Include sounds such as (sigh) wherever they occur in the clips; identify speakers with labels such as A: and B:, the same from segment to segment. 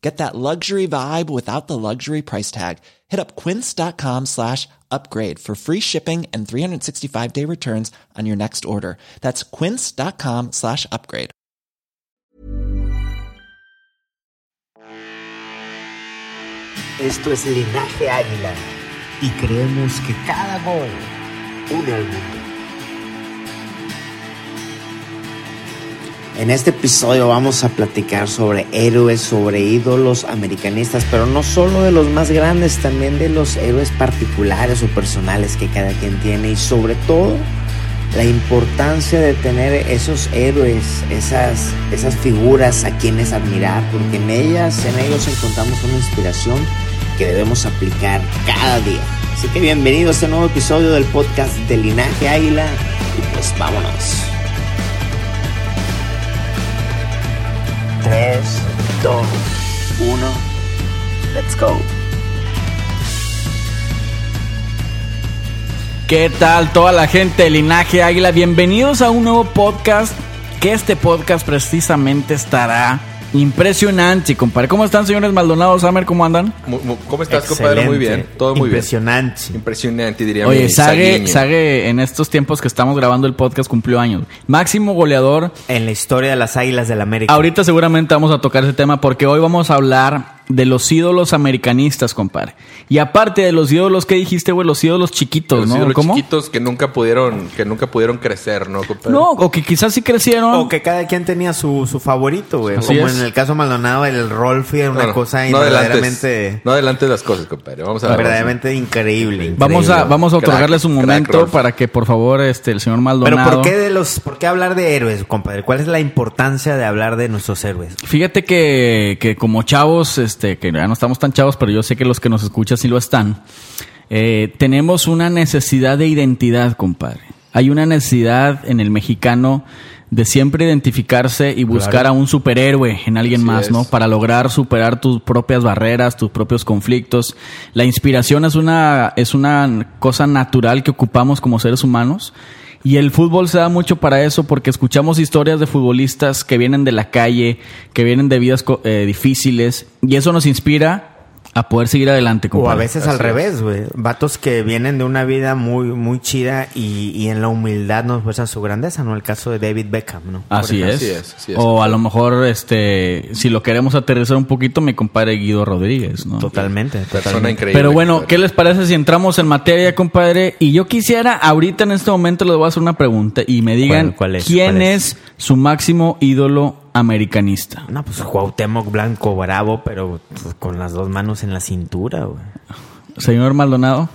A: Get that luxury vibe without the luxury price tag. Hit up quince.com slash upgrade for free shipping and 365 day returns on your next order. That's quince.com slash upgrade.
B: Esto es Linaje Águila y creemos que cada gol une al mundo. En este episodio vamos a platicar sobre héroes, sobre ídolos americanistas, pero no solo de los más grandes, también de los héroes particulares o personales que cada quien tiene y sobre todo la importancia de tener esos héroes, esas, esas figuras a quienes admirar, porque en ellas, en ellos encontramos una inspiración que debemos aplicar cada día. Así que bienvenidos a este nuevo episodio del podcast de Linaje Águila y pues vámonos. 3, 2, 1, let's go.
C: ¿Qué tal toda la gente de Linaje Águila? Bienvenidos a un nuevo podcast, que este podcast precisamente estará impresionante, compadre. ¿Cómo están, señores Maldonado, Samer? ¿Cómo andan?
D: Mu- mu- ¿Cómo estás, compadre? Muy bien. Todo muy
E: Impresionante.
D: bien. Impresionante, diría
C: Oye,
D: mi
C: Sage,
D: Saguiño.
C: Sage, en estos tiempos que estamos grabando el podcast cumplió años. Máximo goleador.
E: En la historia de las Águilas del América.
C: Ahorita seguramente vamos a tocar ese tema porque hoy vamos a hablar de los ídolos americanistas, compadre. Y aparte de los ídolos que dijiste, güey, los ídolos chiquitos,
D: Los
C: ¿no?
D: ídolos
C: ¿Cómo?
D: chiquitos que nunca pudieron, que nunca pudieron crecer, ¿no, compadre?
C: No, o que quizás sí crecieron.
E: O que cada quien tenía su, su favorito, güey.
C: Así
E: Como
C: es.
E: en el caso Maldonado, el Rolfi era una
D: No, no,
E: cosa
D: no adelantes-
E: verdaderamente,
D: No adelantes las cosas, compadre. Vamos a
E: verdaderamente increíble.
C: Vamos a,
E: increíble.
C: vamos a
D: Crack,
C: otorgarle su
D: crack,
C: momento
D: Rolf.
C: para que por favor este el señor
E: Pero
C: Maldonado.
E: ¿por qué, de los, ¿por qué hablar de héroes, compadre? ¿Cuál es la importancia de hablar de nuestros héroes?
C: Fíjate que, que como chavos, este, que ya no estamos tan chavos, pero yo sé que los que nos escuchan sí lo están. eh, tenemos una necesidad de identidad, compadre. Hay una necesidad en el mexicano de siempre identificarse y buscar a un superhéroe en alguien
D: Así
C: más,
D: es.
C: ¿no? Para lograr superar tus propias barreras, tus propios conflictos. La inspiración es una, es una cosa natural que ocupamos como seres humanos. Y el fútbol se da mucho para eso porque escuchamos historias de futbolistas que vienen de la calle, que vienen de vidas co- eh, difíciles. Y eso nos inspira a poder seguir adelante,
E: O a
C: compadre.
E: veces al
D: Así
E: revés, güey. Vatos que vienen de una vida muy, muy chida y, y en la humildad nos muestran su grandeza, ¿no? El caso de David Beckham, ¿no?
C: Así
D: Por
C: es.
D: ejemplo. Así es, así es.
C: O a lo mejor, este, si lo queremos aterrizar un poquito, me compare Guido Rodríguez, ¿no?
E: Totalmente,
D: Persona
E: totalmente.
D: increíble.
C: Pero bueno, ¿qué
D: compadre.
C: les parece si entramos en materia, compadre? Y yo quisiera, ahorita en este momento les voy a hacer una pregunta y me digan
E: ¿Cuál- cuál es?
C: quién
E: ¿Cuál
C: es?
E: es?
C: su máximo ídolo americanista.
E: No, pues Cuauhtémoc Blanco Bravo, pero pues, con las dos manos en la cintura, güey.
C: Señor Maldonado.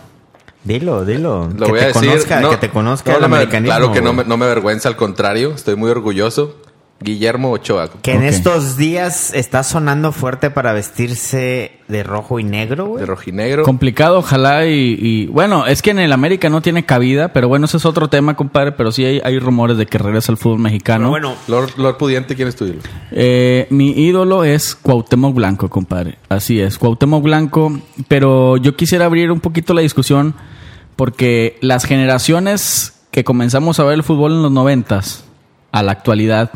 E: Dilo, dilo.
D: Lo
E: que,
D: voy
E: te
D: a decir,
E: conozca,
D: no,
E: que te conozca,
D: no,
E: el
D: no me-
E: americanismo.
D: Claro que no me,
E: güey.
D: no me avergüenza, al contrario, estoy muy orgulloso. Guillermo Ochoa. compadre.
E: Que en
C: Ok.
E: estos días está sonando fuerte para vestirse de rojo y negro, güey.
D: De rojinegro.
C: Complicado, ojalá y, y- Bueno, es que en el América no tiene cabida, pero bueno, ese es otro tema, compadre. Pero sí hay, hay rumores de que regresa al fútbol mexicano.
E: Pero bueno,
D: Lord, Lord Pudiente, ¿quién es tu ídolo?
C: Eh, mi ídolo es Cuauhtémoc Blanco, compadre. Así es, Cuauhtémoc Blanco. Pero yo quisiera abrir un poquito la discusión porque las generaciones que comenzamos a ver el fútbol en los noventas a la actualidad,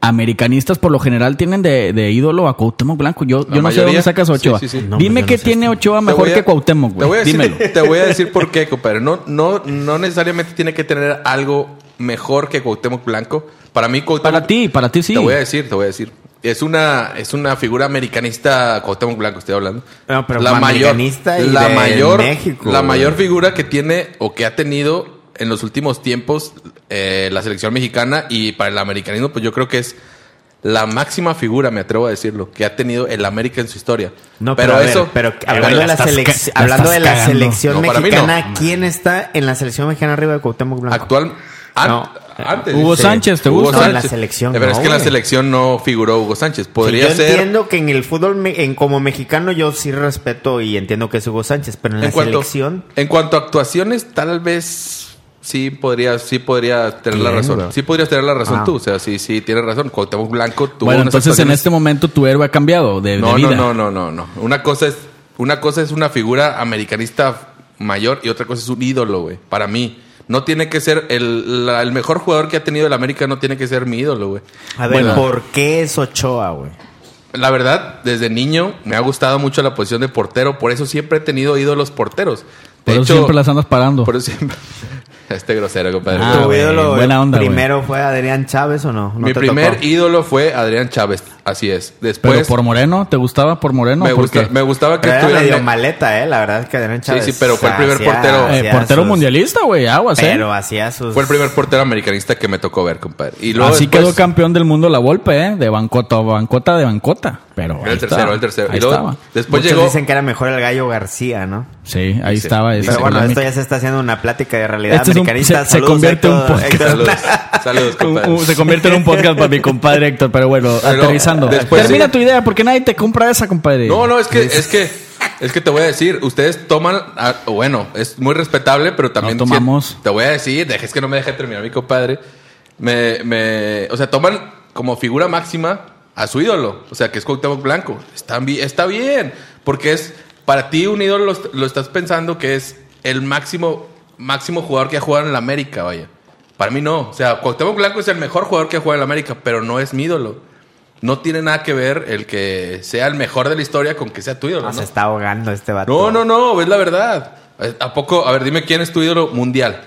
C: americanistas por lo general tienen de, de ídolo a Cuauhtémoc Blanco. Yo, yo
D: La
C: no sé dónde
D: mayoría.
C: sacas a Ochoa.
D: Sí, sí, sí.
E: No,
C: Dime
E: pues yo
C: que
E: no sé.
C: tiene Ochoa
D: Te voy
C: mejor
D: a-
C: que Cuauhtémoc,
D: Te voy a
C: güey.
D: decir-
C: Dímelo.
D: (laughs) Te voy a decir por qué, compadre. No, no, no necesariamente tiene que tener algo mejor que Cuauhtémoc Blanco. Para mí, Cuauhtémoc...
C: Para ti, para ti sí.
D: Te voy a decir, te voy a decir. Es una, es una figura americanista, Cuauhtémoc Blanco estoy hablando.
E: No, pero americanista y de México,
D: La
E: güey.
D: mayor figura que tiene o que ha tenido en los últimos tiempos eh, la selección mexicana y para el americanismo, pues yo creo que es la máxima figura, me atrevo a decirlo, que ha tenido el América en su historia.
E: no, pero, a ver, pero hablando de la,
C: estás ca-
E: selec-
C: la
E: hablando
C: estás
E: de la
C: cagando.
E: selección
D: No, para mí no. Ah,
E: mexicana, ¿quién está en la selección mexicana arriba de Cuauhtémoc Blanco?
D: Actual. an-
E: No.
D: Antes.
C: Hugo
D: Sí.
C: Sánchez, ¿te
D: Hugo
C: gusta?
E: No, en
D: Sánchez. Eh,
E: la selección
D: Pero
E: no,
D: es que en la
E: güey.
D: selección no figuró Hugo Sánchez.
E: Sí,
D: Podría
E: yo
D: ser.
E: entiendo que en el fútbol, me- en como mexicano, yo sí respeto y entiendo que es Hugo Sánchez, pero en, la
D: cuanto,
E: selección,
D: en cuanto a actuaciones, tal vez sí podrías, sí podrías tener la
E: Bien,
D: razón.
E: güey.
D: Sí podrías tener la razón
E: Ah.
D: tú. O sea, sí, sí, tienes razón. Cuauhtémoc Blanco tuvo
C: bueno,
D: unas
C: entonces en
D: actuaciones-
C: este momento tu héroe ha cambiado de, de
D: No,
C: vida.
D: no, no, no, no, no. Una cosa es una cosa es una figura americanista mayor y otra cosa es un ídolo, güey. Para mí no tiene que ser el, la- el mejor jugador que ha tenido el América no tiene que ser mi ídolo, güey.
E: A ver,
C: Bueno.
E: ¿por qué es Ochoa, güey?
D: La verdad, desde niño me ha gustado mucho la posición de portero, por eso siempre he tenido ídolos porteros. De
C: Por eso
D: hecho,
C: siempre las andas parando.
D: por eso siempre- (laughs) este grosero, compadre.
C: Ah,
E: ¿Tu
C: güey,
E: ídolo
C: buena onda,
E: primero fue Adrián Chávez o no? ¿No
D: Mi
E: te
D: primer
E: tocó?
D: ídolo fue Adrián Chávez, así es.
C: Pero
D: Después
C: por Moreno, ¿te gustaba por Moreno?
D: Pues, me,
C: ¿Por
D: gusta-
C: qué?
D: me gustaba que
E: Pero era medio
D: estuvieran
E: maleta, ¿eh? La verdad es que Adrián Chávez...
D: sí, pero fue el primer portero.
C: Eh,
E: hacía
C: portero
E: sus-
C: mundialista, güey, aguas, ¿eh?
E: Pero hacía sus...
D: Fue el primer portero americanista que me tocó ver, compadre. Y luego
C: Así
D: después-
C: quedó campeón del mundo la Volpe, ¿eh? De Bancota, Bancota, de Bancota. Pero
D: Era
C: ahí
D: el tercero,
C: estaba.
D: el tercero.
C: Ahí
D: Y luego-
C: estaba.
D: después
E: Muchos
D: pues llegó.
E: dicen que era mejor el Gallo García, ¿no?
C: Sí, ahí
D: Dice-
C: estaba. esa
D: dice-
E: Pero bueno,
C: polémica.
E: esto ya se está haciendo una plática de realidad
C: Este es un-
E: americanista.
C: se- se convierte en un podcast.
E: Héctor. (laughs)
D: Saludos, saludos,
C: Un- un- (laughs)
D: compadre.
C: se convierte en un podcast para mi compadre Héctor, pero bueno,
D: Pero
C: aterrizando.
D: después
C: Termina
D: sí.
C: tu idea, porque nadie te compra esa, compadre.
D: No, no, es que, es que, es que te voy a decir, ustedes toman, ah, bueno, es muy respetable, pero también.
C: No tomamos.
D: Te voy a decir, dejes que no me deje terminar mi compadre. Me, me, o sea, toman como figura máxima a su ídolo, o sea, que es Cuauhtémoc Blanco. Está, bi- está bien, porque es, para ti un ídolo lo, est- lo estás pensando que es el máximo, máximo jugador que ha jugado en la América, vaya. Para mí no, o sea, Cuauhtémoc Blanco es el mejor jugador que ha jugado en la América, pero no es mi ídolo. No tiene nada que ver el que sea el mejor de la historia con que sea tu ídolo.
E: Ah, Se
D: ¿no?
E: está ahogando este vato.
D: no, no, no, es la verdad. Eh, ¿A poco? A ver, dime quién es tu ídolo mundial.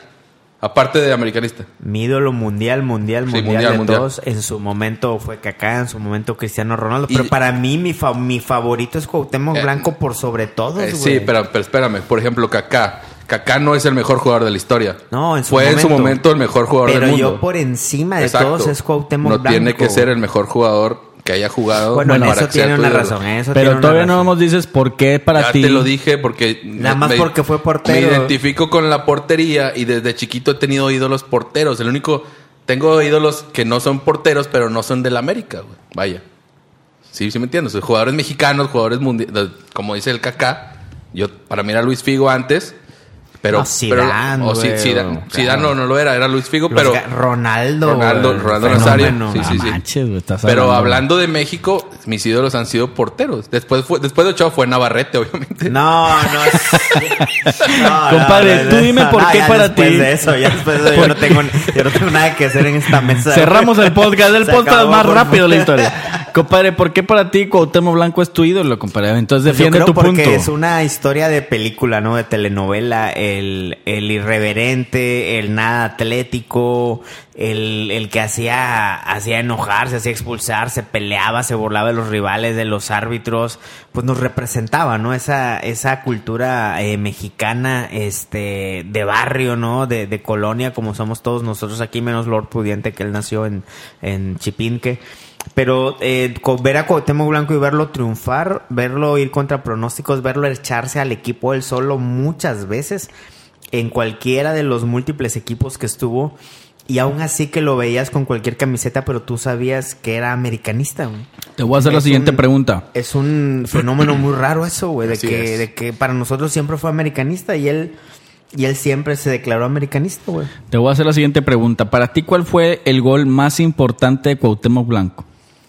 D: Aparte de americanista.
E: Mi ídolo mundial, mundial,
D: Sí,
E: mundial,
D: mundial,
E: de
D: mundial.
E: todos. En su momento fue Kaká, en su momento Cristiano Ronaldo.
D: Y-
E: Pero para mí, mi, fa- mi favorito es Cuauhtémoc
D: Eh,
E: Blanco por sobre todos,
D: Eh,
E: güey.
D: sí, pero, pero espérame. Por ejemplo, Kaká. Kaká no es el mejor jugador de la historia.
E: No, en su
D: Fue en su
E: momento.
D: momento el mejor jugador
E: Pero
D: del mundo.
E: yo por encima de
D: Exacto.
E: todos es Cuauhtémoc
D: No
E: Blanco.
D: tiene que ser el mejor jugador que haya jugado.
E: Bueno, en
D: para
E: eso
D: que sea
E: tiene
D: tu
E: una
D: ídolo.
E: razón. ¿eh? en eso tiene
C: pero
E: una
C: todavía no
E: razón.
C: nos dices por qué para
D: ya
C: ti.
D: te lo dije porque...
E: Nada más porque fue portero.
D: Me identifico con la portería y desde chiquito he tenido ídolos porteros. El único... Tengo ídolos que no son porteros, pero no son del América, güey. Vaya. Sí, sí me entiendes. O sea, Jugadores mexicanos, jugadores mundiales... Como dice el Kaká. Yo, para mí era Luis Figo antes. Pero...
E: No, Zidane,
D: pero o sí,
E: güey,
D: Zidane,
E: o-
D: Zidane no, no lo era. Era Luis Figo,
E: Los
D: pero...
E: ga- Ronaldo.
D: Ronaldo-
E: güey,
D: Ronaldo
E: fenómeno.
D: Nazario, sí,
C: Ah,
D: sí, sí.
C: manches, güey, estás
D: Pero hablando de México, mis ídolos han sido porteros. Después fue, después de Ochoa fue Navarrete, obviamente.
E: (laughs) No,
C: (laughs)
E: no. es- No, no,
C: Compadre,
E: no,
C: tú
E: no,
C: dime por
E: no,
C: qué
E: ya
C: para
E: después
C: ti.
E: de eso, ya después de eso, yo no, tengo, yo no tengo nada que hacer en esta mesa.
C: Cerramos el podcast, el
E: Se
C: podcast
E: acabó,
C: más
E: por
C: rápido de la
E: favor.
C: historia. Compadre, ¿por qué para ti Cuauhtémoc Blanco es tu ídolo, compadre? Entonces
E: Pues yo
C: defiende
E: creo
C: tu
E: porque
C: punto.
E: es una historia de película, ¿no? De telenovela. El, el irreverente, el nada atlético, el, el que hacía, hacía enojarse, hacía expulsar, se peleaba, se burlaba de los rivales, de los árbitros. Pues nos representaba, ¿no? Esa, esa cultura eh, mexicana, este, de barrio, ¿no? De, de colonia, como somos todos nosotros aquí, menos Lord Pudiente, que él nació en, en Chipinque. Pero eh, con- ver a Cuauhtémoc Blanco y verlo triunfar, verlo ir contra pronósticos, verlo echarse al equipo él solo muchas veces en cualquiera de los múltiples equipos que estuvo y aún así que lo veías con cualquier camiseta, pero tú sabías que era americanista. güey.
C: Te voy a hacer la
E: es
C: siguiente
E: un-
C: pregunta.
D: (clears throat)
E: Es un fenómeno muy raro eso, güey, de
D: Así
E: que,
D: es.
E: de que para nosotros siempre fue americanista y él y él siempre se declaró americanista, güey.
C: Te voy a hacer la siguiente pregunta. Para ti, ¿cuál fue el gol más importante de Cuauhtémoc Blanco?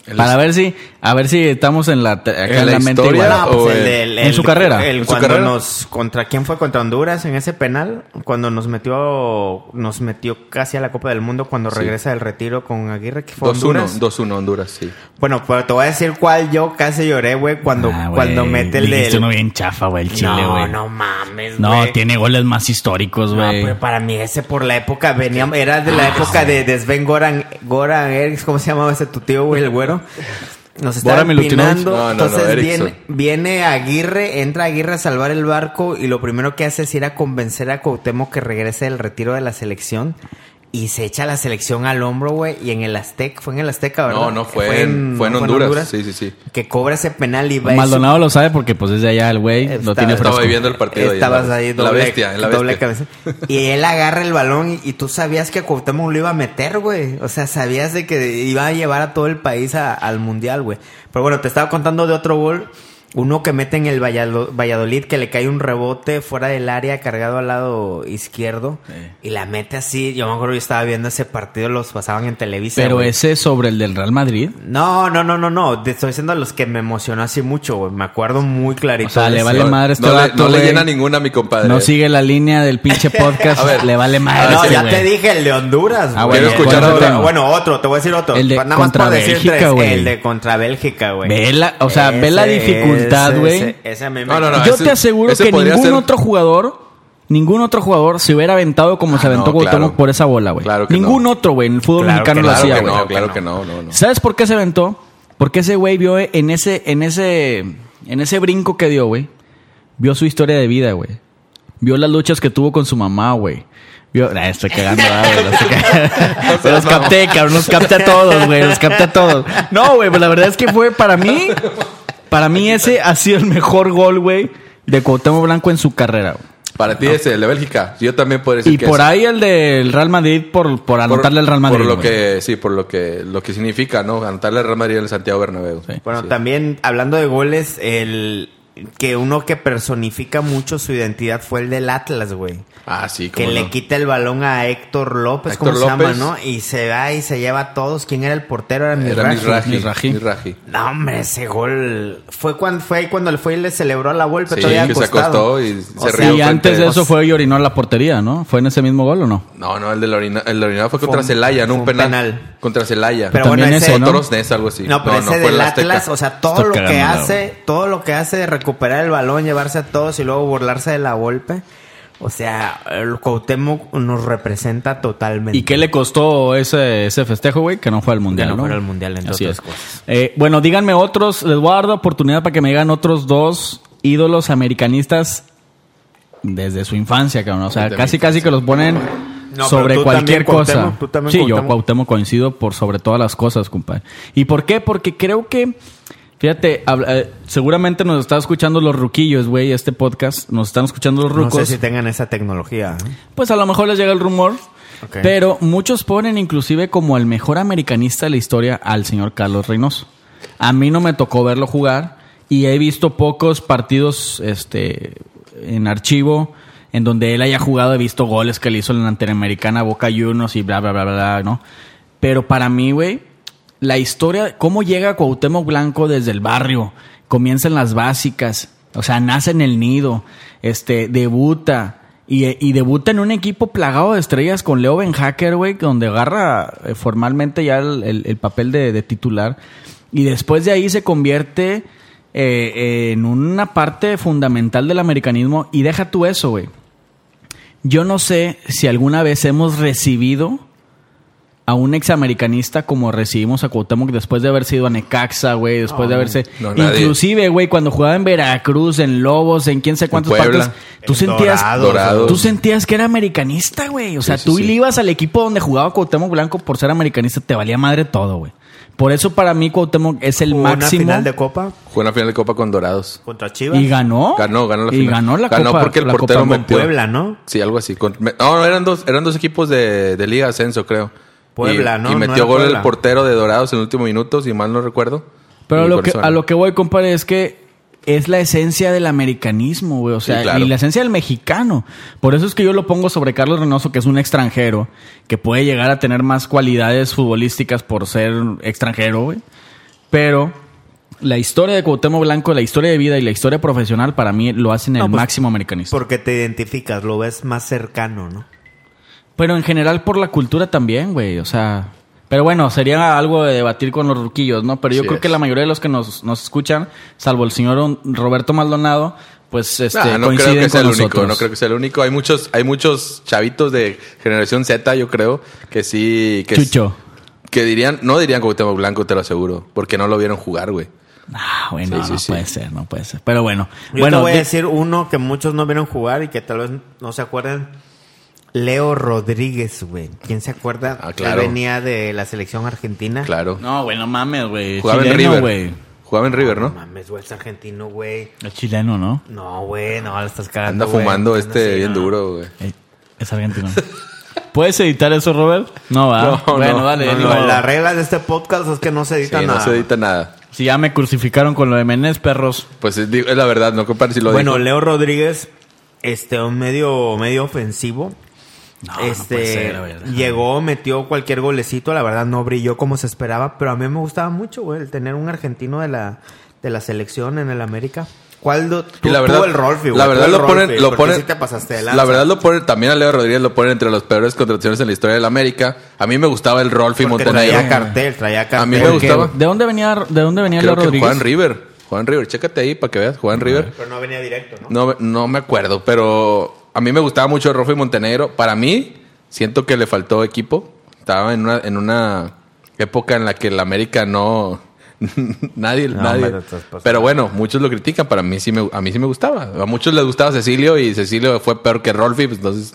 D: El-
C: Para ver si, a ver si estamos en la, acá
D: ¿En la
C: mente
D: historia
C: igual.
D: Ah, o
E: pues, el
D: el-
E: del-
C: en
E: el-
C: su carrera.
E: el
D: En su
E: cuando
D: carrera.
E: nos contra quién fue contra Honduras en ese penal, cuando nos metió nos metió casi a la Copa del Mundo cuando
D: Sí.
E: regresa del retiro con Aguirre que fue
D: 2-1,
E: Honduras.
D: 2-1 Honduras, sí.
E: Bueno, pero te voy a decir cuál yo casi lloré, güey, cuando
C: Ah, güey,
E: cuando mete el
C: dijiste
E: del
C: uno bien chafa, güey, el Chile,
E: No,
C: güey.
E: no mames,
C: No,
E: güey.
C: tiene goles más históricos,
E: No,
C: güey. ah,
E: pero para mí ese por la época venía, era de la época de, de Sven Goran, Goran Eriks, ¿cómo se llamaba ese tu tío, güey, el güero? Nos está
C: Goran Milutinovic.
E: empinando.
D: No, no, no,
E: Entonces
D: Eriksson.
E: viene, viene Aguirre, entra Aguirre a salvar el barco y lo primero que hace es ir a convencer a Cuauhtémoc que regrese del retiro de la selección. Y se echa la selección al hombro, güey. Y en el Aztec, fue en el Azteca, ¿verdad?
D: No, no, fue, en, fue en Honduras. Sí, sí, sí.
E: Que cobra ese penal y va y
C: Maldonado lo sabe porque pues es de allá el güey, lo
E: Estaba-
C: tiene
D: Estaba
C: fresco.
D: viviendo el partido. ahí,
E: Estabas
D: la-
E: ahí
D: la
E: doble,
D: bestia, en la
E: doble
D: bestia.
E: cabeza. Y él agarra el balón y, y tú sabías que Cuauhtémoc lo iba a meter, güey. O sea, sabías de que iba a llevar a todo el país a- al mundial, güey. Pero bueno, te estaba contando de otro gol Uno que mete en el Vallado- Valladolid que le cae un rebote fuera del área cargado al lado izquierdo y la mete así. Yo me acuerdo yo estaba viendo ese partido, los pasaban en televisión.
C: Pero ese sobre el del Real Madrid.
E: No, no, no, no, no. Te estoy diciendo los que me emocionó así mucho, güey. Me acuerdo muy clarito.
C: O sea,
E: de
C: le
E: ese.
C: vale madre este
D: No, le,
C: vato,
D: no le
C: güey.
D: llena ninguna a mi compadre. ¿eh?
C: No sigue la línea del
D: (laughs)
C: pinche podcast.
D: A ver.
C: le vale
E: Ah,
C: madre.
E: no,
C: este
E: ya
C: güey.
E: te dije el de Honduras.
C: Ah,
E: güey.
D: bueno, Quiero escuchar
E: Bueno,
D: otro.
E: otro. Bueno, otro, te voy a decir otro.
C: El de
E: Nada más
C: contra
E: por decir
C: Bélgica,
E: tres.
C: güey.
E: El de contra Bélgica, güey.
C: Ve la- o sea, ve la dificultad,
E: ese-
C: güey.
E: Ese, ese a mí me-
D: No, no, no.
C: Yo
D: ese-
C: te aseguro
D: ese
C: que
D: podría
C: ningún
D: ser-
C: otro jugador, ningún otro jugador se hubiera aventado como se
D: Ah,
C: aventó
D: no,
C: Cuauhtémoc
D: claro.
C: por esa bola, güey.
D: Claro que
C: ningún
D: no.
C: otro, güey, en el fútbol
E: Claro
C: mexicano
E: que
C: lo
D: Claro
C: hacía,
D: que
C: güey.
D: no, claro que no, no, no.
C: ¿Sabes por qué se aventó? Porque ese güey vio en ese, en ese, en ese brinco que dio, güey. Vio su historia de vida, güey. Vio las luchas que tuvo con su mamá, güey. Vio, nah, estoy cagando, ah, güey. los
D: (laughs)
C: estoy cagando. Pero (laughs) los capté, cabrón. Los capté a todos, güey. Los capté a todos. No, güey, pero la verdad es que fue para mí. Para mí ese ha sido el mejor gol, güey, de Cuauhtémoc Blanco en su carrera, güey.
D: Para ti es el de Bélgica. Yo también podría decir
C: Y
D: que
C: por
D: es-
C: ahí el del Real Madrid por, por
D: por-
C: anotarle al Real Madrid.
D: Por lo
C: güey.
D: que, sí, por lo que, lo que significa, ¿no? Anotarle al Real Madrid en el Santiago Bernabéu.
C: Sí.
E: Bueno, también hablando de goles, el que uno que personifica mucho su identidad fue el del Atlas, güey.
D: Ah, sí,
E: Que
D: cómo
E: le
D: no.
E: quita el balón a Héctor López,
D: Héctor
E: ¿cómo se
D: López.
E: llama, no? Y se va y se lleva a todos. ¿Quién era el portero? Era
D: Era
E: Miraji.
D: Mizrahi.
C: Mizrahi.
D: Mizrahi.
E: No, hombre, ese gol fue cuando fue ahí cuando le fue y le celebró la vuelta.
D: Sí,
E: todavía
D: que se
E: acostado.
D: acostó y
E: O
D: se
E: sea,
C: Y
D: rió. frente
C: antes de
D: de-
C: eso fue y orinó a la portería, ¿no? ¿Fue en ese mismo gol o no?
D: No, no, el de la orina, el de la orina fue
E: Fue
D: contra
E: un-
D: Celaya, no
E: fue
D: un
E: un
D: penal.
E: penal.
D: Contra Celaya.
E: Pero bueno,
C: También
E: ese,
C: ese, ¿no?
D: Otros Nets, algo así.
E: No, pero ese
D: fue
E: del
D: el Azteca.
E: Atlas, o sea, todo
C: Estoy
E: lo que
C: cagando,
E: hace, todo lo que hace de recuperar el balón, llevarse a todos y luego burlarse de la golpe. O sea, el Cuauhtémoc nos representa totalmente.
C: ¿Y qué le costó ese, ese festejo, güey? Que no fue al mundial.
E: no
C: no
E: fuera al Mundial, entre
C: Así
E: otras
C: es.
E: cosas.
C: Eh, bueno, díganme otros. Les voy a dar la oportunidad para que me digan otros dos ídolos americanistas desde su infancia, cabrón. O sea,
D: Desde mi
C: casi, casi que los ponen
E: pero
C: sobre
E: tú
C: cualquier
E: también, Cuauhtémoc,
C: cosa.
E: tú también,
C: sí, yo,
E: Cuauhtémoc.
C: Cuauhtémoc, coincido por sobre todas las cosas, compadre. ¿Y por qué? Porque creo que. Fíjate, habla- eh, seguramente nos está escuchando los ruquillos, güey, este podcast. Nos están escuchando los
E: No
C: rucos.
E: sé si tengan esa tecnología. ¿eh?
C: Pues a lo mejor les llega el rumor.
E: Ok.
C: Pero muchos ponen inclusive como el mejor americanista de la historia al señor Carlos Reynoso. A mí no me tocó verlo jugar y he visto pocos partidos este, en archivo en donde él haya jugado. He visto goles que le hizo en la Interamericana, Boca Juniors y bla, bla, bla, bla, bla, ¿no? Pero para mí, güey, la historia, cómo llega Cuauhtémoc Blanco desde el barrio, comienza en las básicas, o sea, nace en el nido, este, debuta y, y debuta en un equipo plagado de estrellas con Leo Ben Hacker, güey, donde agarra eh, formalmente ya el, el- el papel de, de titular y después de ahí se convierte eh, en una parte fundamental del americanismo y deja tú eso, güey. Yo no sé si alguna vez hemos recibido a un examericanista como recibimos a Cuauhtémoc después de haber sido a Necaxa, güey, después de haberse...
D: No, nadie.
C: inclusive, güey, cuando jugaba en Veracruz, en Lobos, en quién sé cuántos
D: Puebla.
C: partidos, tú
E: En
C: sentías...
E: Dorados.
D: Dorados.
C: Tú sentías que era americanista, güey. O sea,
D: Sí, sí,
C: tú
D: sí.
C: le ibas al equipo donde jugaba Cuauhtémoc Blanco por ser americanista, te valía madre todo, güey. Por eso para mí Cuauhtémoc es el
E: Jugó Una
C: máximo.
E: final de Copa
D: Jugó una final de Copa con Dorados.
E: contra Chivas.
C: Y ganó.
D: Ganó, ganó la
C: Y
D: final.
C: ganó la
D: Ganó
C: Copa-
D: porque el
C: la Copa
D: portero
C: Mundial.
D: metió.
E: Puebla, ¿no?
D: Sí, algo así. Con- me- No, no, eran dos, eran dos equipos de, de Liga Ascenso, creo.
E: Puebla,
D: Y-
E: ¿no?
D: Y
E: No
D: metió
E: era
D: gol el
E: Puebla.
D: portero de Dorados en el último minuto, si mal no recuerdo.
C: Pero a
D: Y
C: lo
D: por
C: que,
D: eso
C: a
D: ganó.
C: lo que voy, compadre, es que es la esencia del americanismo, güey. O sea,
D: Sí, claro.
C: y la esencia del mexicano. Por eso es que yo lo pongo sobre Carlos Reynoso, que es un extranjero, que puede llegar a tener más cualidades futbolísticas por ser extranjero, güey. Pero la historia de Cuauhtémoc Blanco, la historia de vida y la historia profesional, para mí lo hacen el
E: No, pues,
C: máximo americanista.
E: Porque te identificas, lo ves más cercano, ¿no?
C: Pero en general por la cultura también, güey. O sea. Pero bueno, sería algo de debatir con los ruquillos, ¿no? Pero yo
D: Así
C: creo que
D: es.
C: la mayoría de los que nos, nos escuchan, salvo el señor Hon- Roberto Maldonado, pues este,
D: Nah, Ah, no creo
C: coinciden
D: que sea
C: con
D: el
C: nosotros.
D: único, no creo que sea el único. Hay muchos, hay muchos chavitos de generación Z, yo creo, que sí, que,
C: Chucho.
D: que dirían, no dirían Cuauhtémoc Blanco, te lo aseguro, porque no lo vieron jugar, güey.
C: Ah, bueno,
D: Sí, sí,
C: no
D: sí.
C: puede ser, no puede ser. Pero bueno.
E: Yo
C: bueno,
E: te voy a
C: di-
E: decir uno que muchos no vieron jugar y que tal vez no se acuerdan. Leo Rodríguez, güey. ¿Quién se acuerda?
D: Ah, claro.
E: Él venía de la selección argentina.
D: Claro.
C: No, bueno, mames, güey.
D: Jugaba en
C: Chileno,
D: River.
C: güey.
D: Jugaba en River,
E: No
D: ¿no?
E: mames, güey, es argentino, güey.
C: El chileno, ¿no?
E: No, güey, no, la estás cagando.
D: Anda
E: güey.
D: fumando
E: Anda
D: este
E: así,
D: bien
E: no.
D: duro, güey.
C: Eh, Es argentino. (laughs) ¿Puedes editar eso, Robert? No, va.
D: No,
C: bueno,
D: no,
C: dale.
E: No,
C: ni
E: no,
C: modo.
E: las reglas de este podcast es que no se
D: Sí,
E: editan
D: no
E: nada.
D: se edita nada.
C: Si ya me crucificaron con lo de Menés, perros.
D: Pues es, digo, es la verdad, no compadre si lo
E: bueno,
D: dijo.
E: Leo Rodríguez, este, un medio, medio ofensivo.
C: No, no puede
E: este
C: ser, a ver.
E: llegó, metió cualquier golecito, la verdad no brilló como se esperaba, pero a mí me gustaba mucho, güey, el tener un argentino de la, de la selección en el América. ¿Cuál do- tú,
D: Y la verdad,
E: tú el Rolfi, güey,
D: la
E: tú
D: verdad
E: el
D: lo ponen,
E: Rolfi,
D: lo
E: porque
D: ponen,
E: sí te pasaste de lanza.
D: la verdad lo ponen, también a Leo Rodríguez lo ponen entre los peores contrataciones en la historia del América. A mí me gustaba el Rolfi
E: Porque
D: Montenegro.
E: traía cartel, traía cartel.
D: A mí me
E: que-
D: gustaba.
C: ¿De dónde venía, de dónde venía
D: Creo
C: Leo
D: que
C: Rodríguez?
D: Juan River, Juan River, chécate ahí para que veas, Juan River.
E: Pero no venía directo, ¿no?
D: No, no me acuerdo, pero a mí me gustaba mucho Rolfi Montenegro. Para mí, siento que le faltó equipo. Estaba en una, en una época en la que el América no. (laughs) nadie,
E: No,
D: nadie.
E: hombre, te estás pasando.
D: Pero bueno, muchos lo critican. Para mí sí me, a mí sí me gustaba. A muchos les gustaba Cecilio y Cecilio fue peor que Rolfi. pues, entonces,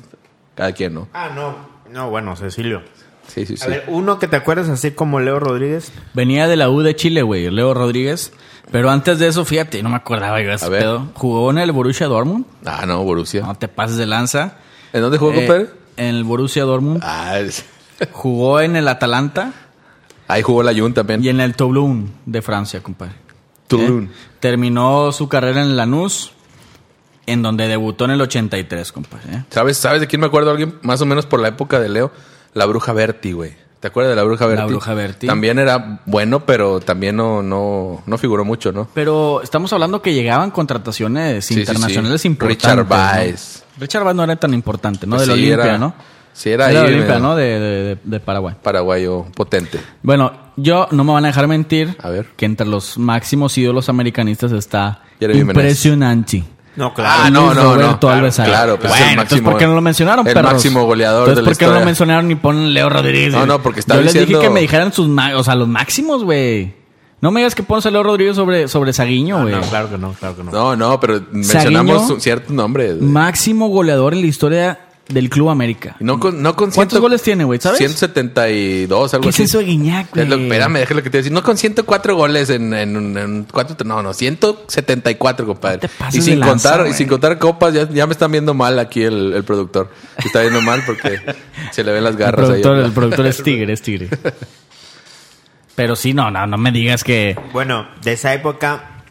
D: cada quien, ¿no?
E: Ah, no. No, bueno, Cecilio.
D: Sí, sí,
E: A
D: sí.
E: ver, uno que te acuerdas así como Leo Rodríguez.
C: Venía de la U de Chile, güey, Leo Rodríguez. Pero antes de eso, fíjate, no me acordaba yo de ese
D: A ver.
C: pedo. Jugó en el Borussia Dortmund.
D: Ah, no, Borussia.
C: No te pases de lanza.
D: ¿En dónde jugó,
C: Eh,
D: compadre?
C: en el Borussia Dortmund.
D: Ah, es-
C: Jugó en el Atalanta
D: ahí jugó la Jun también.
C: y en el Toulon de Francia, compadre.
D: Tulum.
C: ¿Eh? Terminó su carrera en Lanús, en donde debutó en el 83, compadre. ¿eh?
D: ¿Sabes, ¿Sabes de quién me acuerdo? Alguien más o menos por la época de Leo. La bruja Berti, güey. ¿Te acuerdas de la bruja Berti?
C: Bruja Berti.
D: También era bueno, pero también no, no, no figuró mucho, ¿no?
C: Pero estamos hablando que llegaban contrataciones
D: Sí, sí, sí.
C: internacionales importantes.
D: Richard
C: ¿no?
D: Baez.
C: Richard Baez no era tan importante, ¿no?
D: Pues
C: de la
D: sí,
C: Olimpia,
D: era-
C: ¿no?
D: sí, era
C: de la
D: ahí,
C: Olimpia,
D: mira.
C: ¿no? De, de- de- de Paraguay.
D: Paraguayo potente.
C: Bueno, yo no me van a dejar mentir
D: A ver.
C: que entre los máximos ídolos americanistas está
D: Jeremy Menez.
C: impresionante.
E: No,
D: Ah, no,
C: Luis
D: no, no.
C: Roberto
D: Claro,
C: Alves Ayala.
D: claro, pues,
C: bueno,
D: el
C: entonces,
D: máximo-
C: ¿por qué no lo mencionaron,
D: el
C: perros?
D: máximo goleador
C: entonces,
D: de la
C: ¿por qué no lo
D: historia?
C: mencionaron ni ponen Leo Rodríguez?
D: No,
C: güey?
D: no, porque estaba
C: Yo les
D: diciendo-
C: dije que me dijeran sus, ma- o sea, los máximos, güey. No me digas que pones a Leo Rodríguez sobre, sobre Saguiño, güey.
E: claro que no, claro que no.
D: No, no, pero mencionamos un- ciertos nombres. güey.
C: Máximo goleador en la historia del Club América.
D: No con, no con
C: ¿Cuántos
D: ciento-
C: goles tiene, güey? ¿Sabes?
D: 172, algo
C: ¿Qué es
D: así.
C: eso de Guiñac, güey?
D: Es lo- espérame, déjame lo que te voy a decir. No con 104 goles en, en, un- en cuatro- No, no, 174, compadre.
C: te pases
D: y sin
C: de lanza,
D: contar, y
C: güey.
D: sin contar copas, ya, ya me están viendo mal aquí el, el productor. Me Está viendo mal porque se le ven las
C: El
D: garras ahí.
C: productor, el productor (laughs) es tigre, es tigre. Pero sí, no, no, no me digas que...
E: Bueno, de esa época,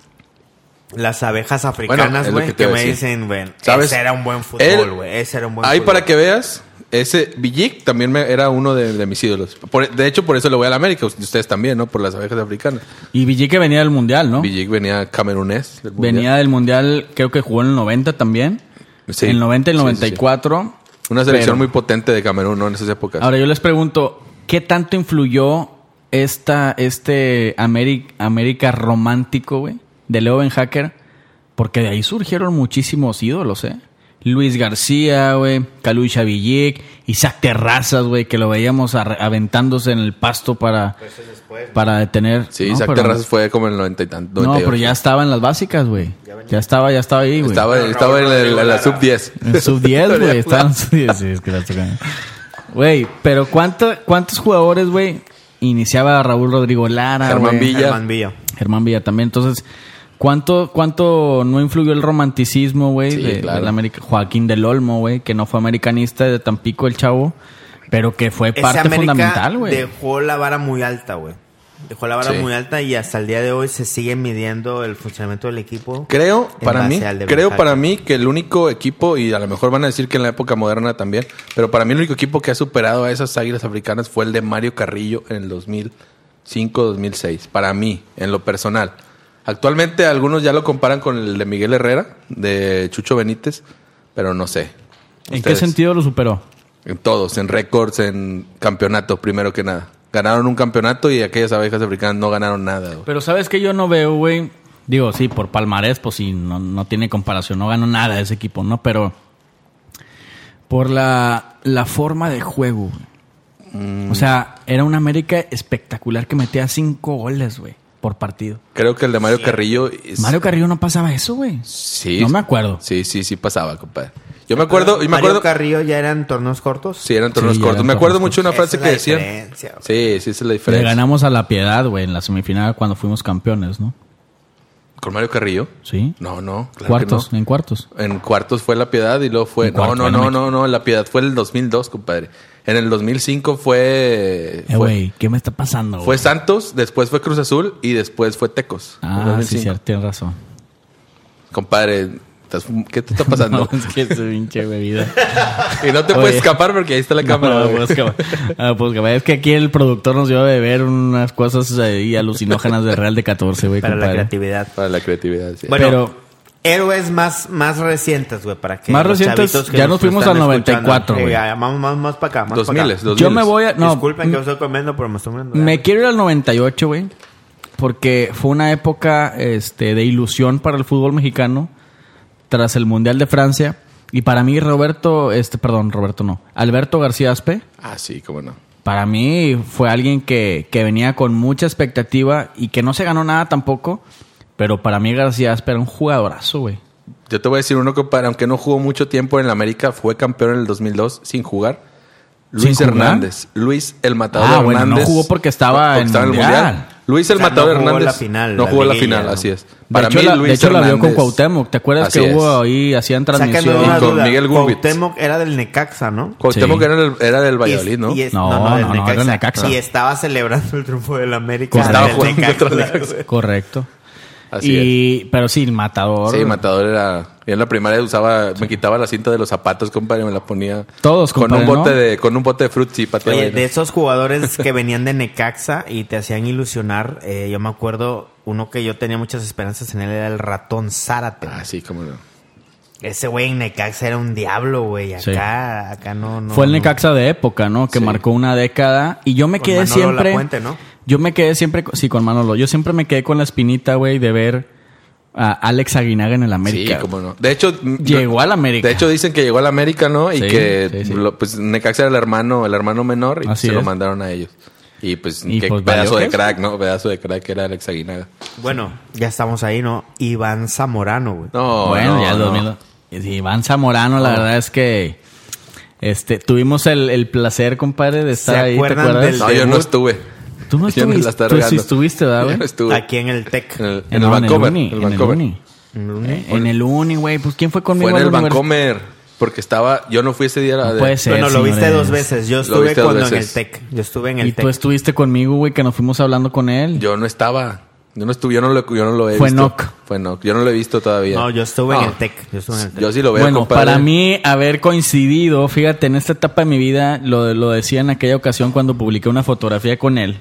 E: las abejas
D: Bueno, es
E: africanas,
D: lo
E: güey,
D: que
E: que,
D: te iba a
E: me
D: decir.
E: dicen, güey,
D: ¿Sabes?
E: ese era un buen
D: Él-
E: fútbol, güey. Ese era un buen
D: Ahí
E: fútbol.
D: para que veas, ese Villic también me- era uno de, de mis ídolos. Por- de hecho, por eso lo voy a la América. Ustedes también, ¿no? Por las abejas africanas.
C: Y Villique que venía del Mundial, ¿no?
D: Villic venía camerunés. del Mundial.
C: Venía del Mundial, creo que jugó en el 90 también.
D: Sí.
C: En el 90 y el
D: Sí, sí,
C: 94.
D: Una selección
C: Pero-
D: muy potente de Camerún, ¿no? En esas épocas.
C: Ahora yo les pregunto, ¿qué tanto influyó esta, este Ameri- América romántico, güey? De Leo Ben Hacker. Porque de ahí surgieron muchísimos ídolos, ¿eh? Luis García, güey, Calucha Villic, Isaac Terrazas, güey, que lo veíamos arre- aventándose en el pasto para, para detener.
D: sí,
C: No,
D: Isaac
C: pero-
D: Terrazas fue como en el 90 y tanto.
C: No, pero ya estaba en las básicas, güey. Ya estaba, ya estaba ahí, güey.
D: Estaba, estaba en, el- en la sub 10.
C: En sub 10, güey. Estaban en sub 10. Sí, es que la tocan. Güey, pero cuánto- ¿cuántos jugadores, güey? Iniciaba Raúl Rodrigo Lara.
D: Germán
C: güey.
D: Villa.
E: Germán Villa.
C: Germán Villa también. Entonces, ¿cuánto, cuánto no influyó el romanticismo, güey?
D: Sí,
C: de,
D: claro.
C: del América? Joaquín del Olmo, güey, que no fue americanista de Tampico, el chavo, pero que fue
E: Ese
C: parte
E: América
C: fundamental, güey.
E: Dejó la vara muy alta, güey. Dejó la vara
D: Sí.
E: muy alta y hasta el día de hoy se sigue midiendo el funcionamiento del equipo.
D: Creo,
E: en
D: para
E: base
D: mí,
E: al de
D: creo
E: Oaxaca.
D: para mí que el único equipo, y a lo mejor van a decir que en la época moderna también, pero para mí el único equipo que ha superado a esas águilas africanas fue el de Mario Carrillo en el 2005-2006. Para mí, en lo personal. Actualmente algunos ya lo comparan con el de Miguel Herrera, de Chucho Benítez, pero no sé.
C: ¿En qué
D: Ustedes.
C: sentido lo superó?
D: En todos, en récords, en campeonatos, primero que nada. Ganaron un campeonato y aquellas abejas africanas no ganaron nada. güey.
C: Pero sabes que yo no veo, güey. Digo, sí, por palmarés, pues sí, no, no tiene comparación. No ganó nada ese equipo, ¿no? Pero por la, la forma de juego, güey.
D: Mm.
C: O sea, era una América espectacular que metía cinco goles, güey, por partido.
D: Creo que el de Mario Carrillo... es-
C: Mario Carrillo no pasaba eso, güey.
D: Sí.
C: No me acuerdo.
D: Sí, sí, sí pasaba, compadre. Yo me acuerdo, yo me
E: Ah, Mario
D: acuerdo.
E: Carrillo ya eran torneos cortos.
D: Sí, eran torneos
C: Sí,
D: cortos.
C: eran
D: me acuerdo
C: torneos
D: mucho una frase
E: Esa
D: que
E: es la
D: decían.
E: diferencia, güey.
D: Sí, sí, esa es la
C: Le
D: diferencia.
C: ganamos a la piedad, güey, en la semifinal cuando fuimos campeones, ¿no?
D: ¿Con Mario Carrillo?
C: Sí.
D: No, no. claro que
C: cuartos,
D: no.
C: en cuartos.
D: En cuartos fue La Piedad y luego fue.
C: En
D: No,
C: cuartos,
D: no,
C: en
D: no,
C: México.
D: no, no. La Piedad fue el 2002, compadre. En el 2005 fue...
C: Eh,
D: fue-
C: güey, ¿qué me está pasando?
D: fue
C: güey?
D: Santos, después fue Cruz Azul y después fue Tecos. En
C: Ah,
D: (laughs) 2005.
C: sí, cierto, tienes razón.
D: Compadre, estás fum- ¿qué te está pasando?
C: (laughs) No, es que es pinche bebida.
D: y no te
C: Oye.
D: puedes escapar porque ahí está la cámara.
C: No,
D: güey.
C: pues, cabrón. Ah, pues, cabrón, es que aquí el productor nos dio a beber unas cosas ahí alucinógenas de Real de 14, güey,
E: Para la
C: compadre.
E: creatividad.
D: Para la creatividad, sí.
E: Bueno,
C: Pero-
E: héroes más, más recientes, güey, para que.
C: Más
E: los
C: recientes,
E: chavitos que
C: ya nos fuimos
E: están
C: al
E: escuchando-
C: 94,
E: Sí,
C: güey.
E: ya, Vamos más, más para acá. Más
D: 2000,
E: para acá.
D: 2000.
C: Yo me voy a... No,
E: Disculpen que os estoy comiendo, pero me estoy muriendo de
C: Me
E: hambre.
C: quiero ir al 98, güey. Porque fue una época este, de ilusión para el fútbol mexicano tras el Mundial de Francia. Y para mí, Roberto, este, perdón, Roberto no, Alberto García Aspe,
D: Ah, sí, cómo no.
C: para mí fue alguien que, que venía con mucha expectativa y que no se ganó nada tampoco. Pero para mí, García Aspe era un jugadorazo, güey.
D: Yo te voy a decir uno, compadre, aunque no jugó mucho tiempo en la América, fue campeón en el 2002 sin jugar. Luis
C: ¿Sin jugar?
D: Hernández. Luis el Matador
C: Ah,
D: Hernández.
C: bueno, no jugó porque estaba en Mundial.
D: Luis el
E: O sea,
D: Matador
E: no jugó
D: Hernández.
E: la final,
D: no
E: la
D: jugó la
E: liguilla,
D: final,
E: ¿no?
D: así es.
C: De hecho, la, de hecho la vio con Cuauhtémoc. ¿Te acuerdas
D: Así
C: que
D: es.
C: hubo ahí, hacían
E: Sácame
C: transmisión?
E: una
D: Y con
E: duda.
D: Miguel Gurwitz.
E: Cuauhtémoc era del Necaxa, ¿no?
D: Cuauhtémoc
C: Sí.
D: era, del- era del Valladolid,
E: Y-
D: ¿no?
E: y es-
C: No,
E: del
C: no, no, era Necaxa.
E: Y estaba celebrando el triunfo del América.
C: Estaba
E: del
D: jugando
E: Necaxa,
D: contra el Necaxa.
E: güey.
C: Correcto.
D: Así
C: y, Pero sí, el matador.
D: Sí, Matador era. Yo en la primaria usaba, me quitaba la cinta de los zapatos, compadre, y me la ponía.
C: Todos,
D: con
C: compadre,
D: un bote
C: ¿no?
D: de, con un bote de frutti pateaba.
E: Oye,
D: ahí, ¿no?
E: de esos jugadores que venían de Necaxa y te hacían ilusionar, eh, yo me acuerdo uno que yo tenía muchas esperanzas en él era el ratón Zárate.
D: Ah, sí, cómo no.
E: Ese güey en Necaxa era un diablo, güey. Acá,
C: Sí.
E: acá no, no.
C: Fue el
E: no.
C: Necaxa de época, ¿no? Que
D: Sí.
C: marcó una década. Y yo me
E: Con
C: quedé
E: Manolo
C: siempre.
E: Lafuente, ¿no?
C: Yo me quedé siempre. co- Sí, con Manolo. Yo siempre me quedé con la espinita, güey, de ver a Alex Aguinaga en el América.
D: Sí, cómo no. De hecho,
C: Llegó al América.
D: De hecho, dicen que llegó al América, ¿no? Y
C: Sí,
D: que
C: sí, sí.
D: lo- pues Necaxa era el hermano, el hermano menor y
C: Así
D: se lo
C: es.
D: mandaron a ellos. Y pues,
C: Y,
D: qué
C: pues,
D: pedazo
C: valió
D: de
C: queso.
D: crack, ¿no? Pedazo de crack era Alex Aguinaga.
E: Bueno, ya estamos ahí, ¿no? Iván Zamorano, güey.
D: No,
C: bueno,
D: no,
C: ya el
D: no.
C: 2000. Sí, Iván Zamorano, la verdad es que. Este, tuvimos el, el placer, compadre, de estar
E: ¿Se
C: ahí. ¿Te
E: acuerdan
C: acuerdas?
E: del-
D: No, yo no
E: debut.
D: estuve.
C: Tú no
D: Yo me
C: estuviste.
D: la estaba
C: Tú sí
D: regando.
C: estuviste, ¿verdad,
D: Yo
C: güey?
D: no estuve.
E: Aquí en el TEC.
D: En el,
C: Eh,
D: en el
C: no,
D: Vancomer.
C: Uni,
D: el Vancomer.
C: Uni. Eh, En el Uni, güey. Pues, ¿quién fue conmigo?
D: Fue
C: al
D: en el
C: univers-
D: Vancomer. Porque estaba... Yo no fui ese día. a la
C: No
D: de-
C: puede ser.
E: Bueno, lo viste
C: señores.
E: dos veces. Yo
D: Lo
E: estuve
D: viste dos
E: cuando en el
D: veces.
E: TEC. Yo estuve en
C: Y
E: el
C: tú
E: TEC.
C: estuviste conmigo, güey, que nos fuimos hablando con él.
D: Yo no estaba. Yo no estuve. Yo no lo, yo no lo he
C: Fue
D: visto.
C: knock.
D: Fue knock. Yo no lo he visto todavía.
E: No, yo estuve en
D: No.
E: el TEC. Yo estuve en el TEC.
D: Yo sí lo veo,
C: bueno,
D: compadre.
C: para mí haber coincidido, fíjate, en esta etapa de mi vida, lo, lo decía en aquella ocasión cuando publiqué una fotografía con él,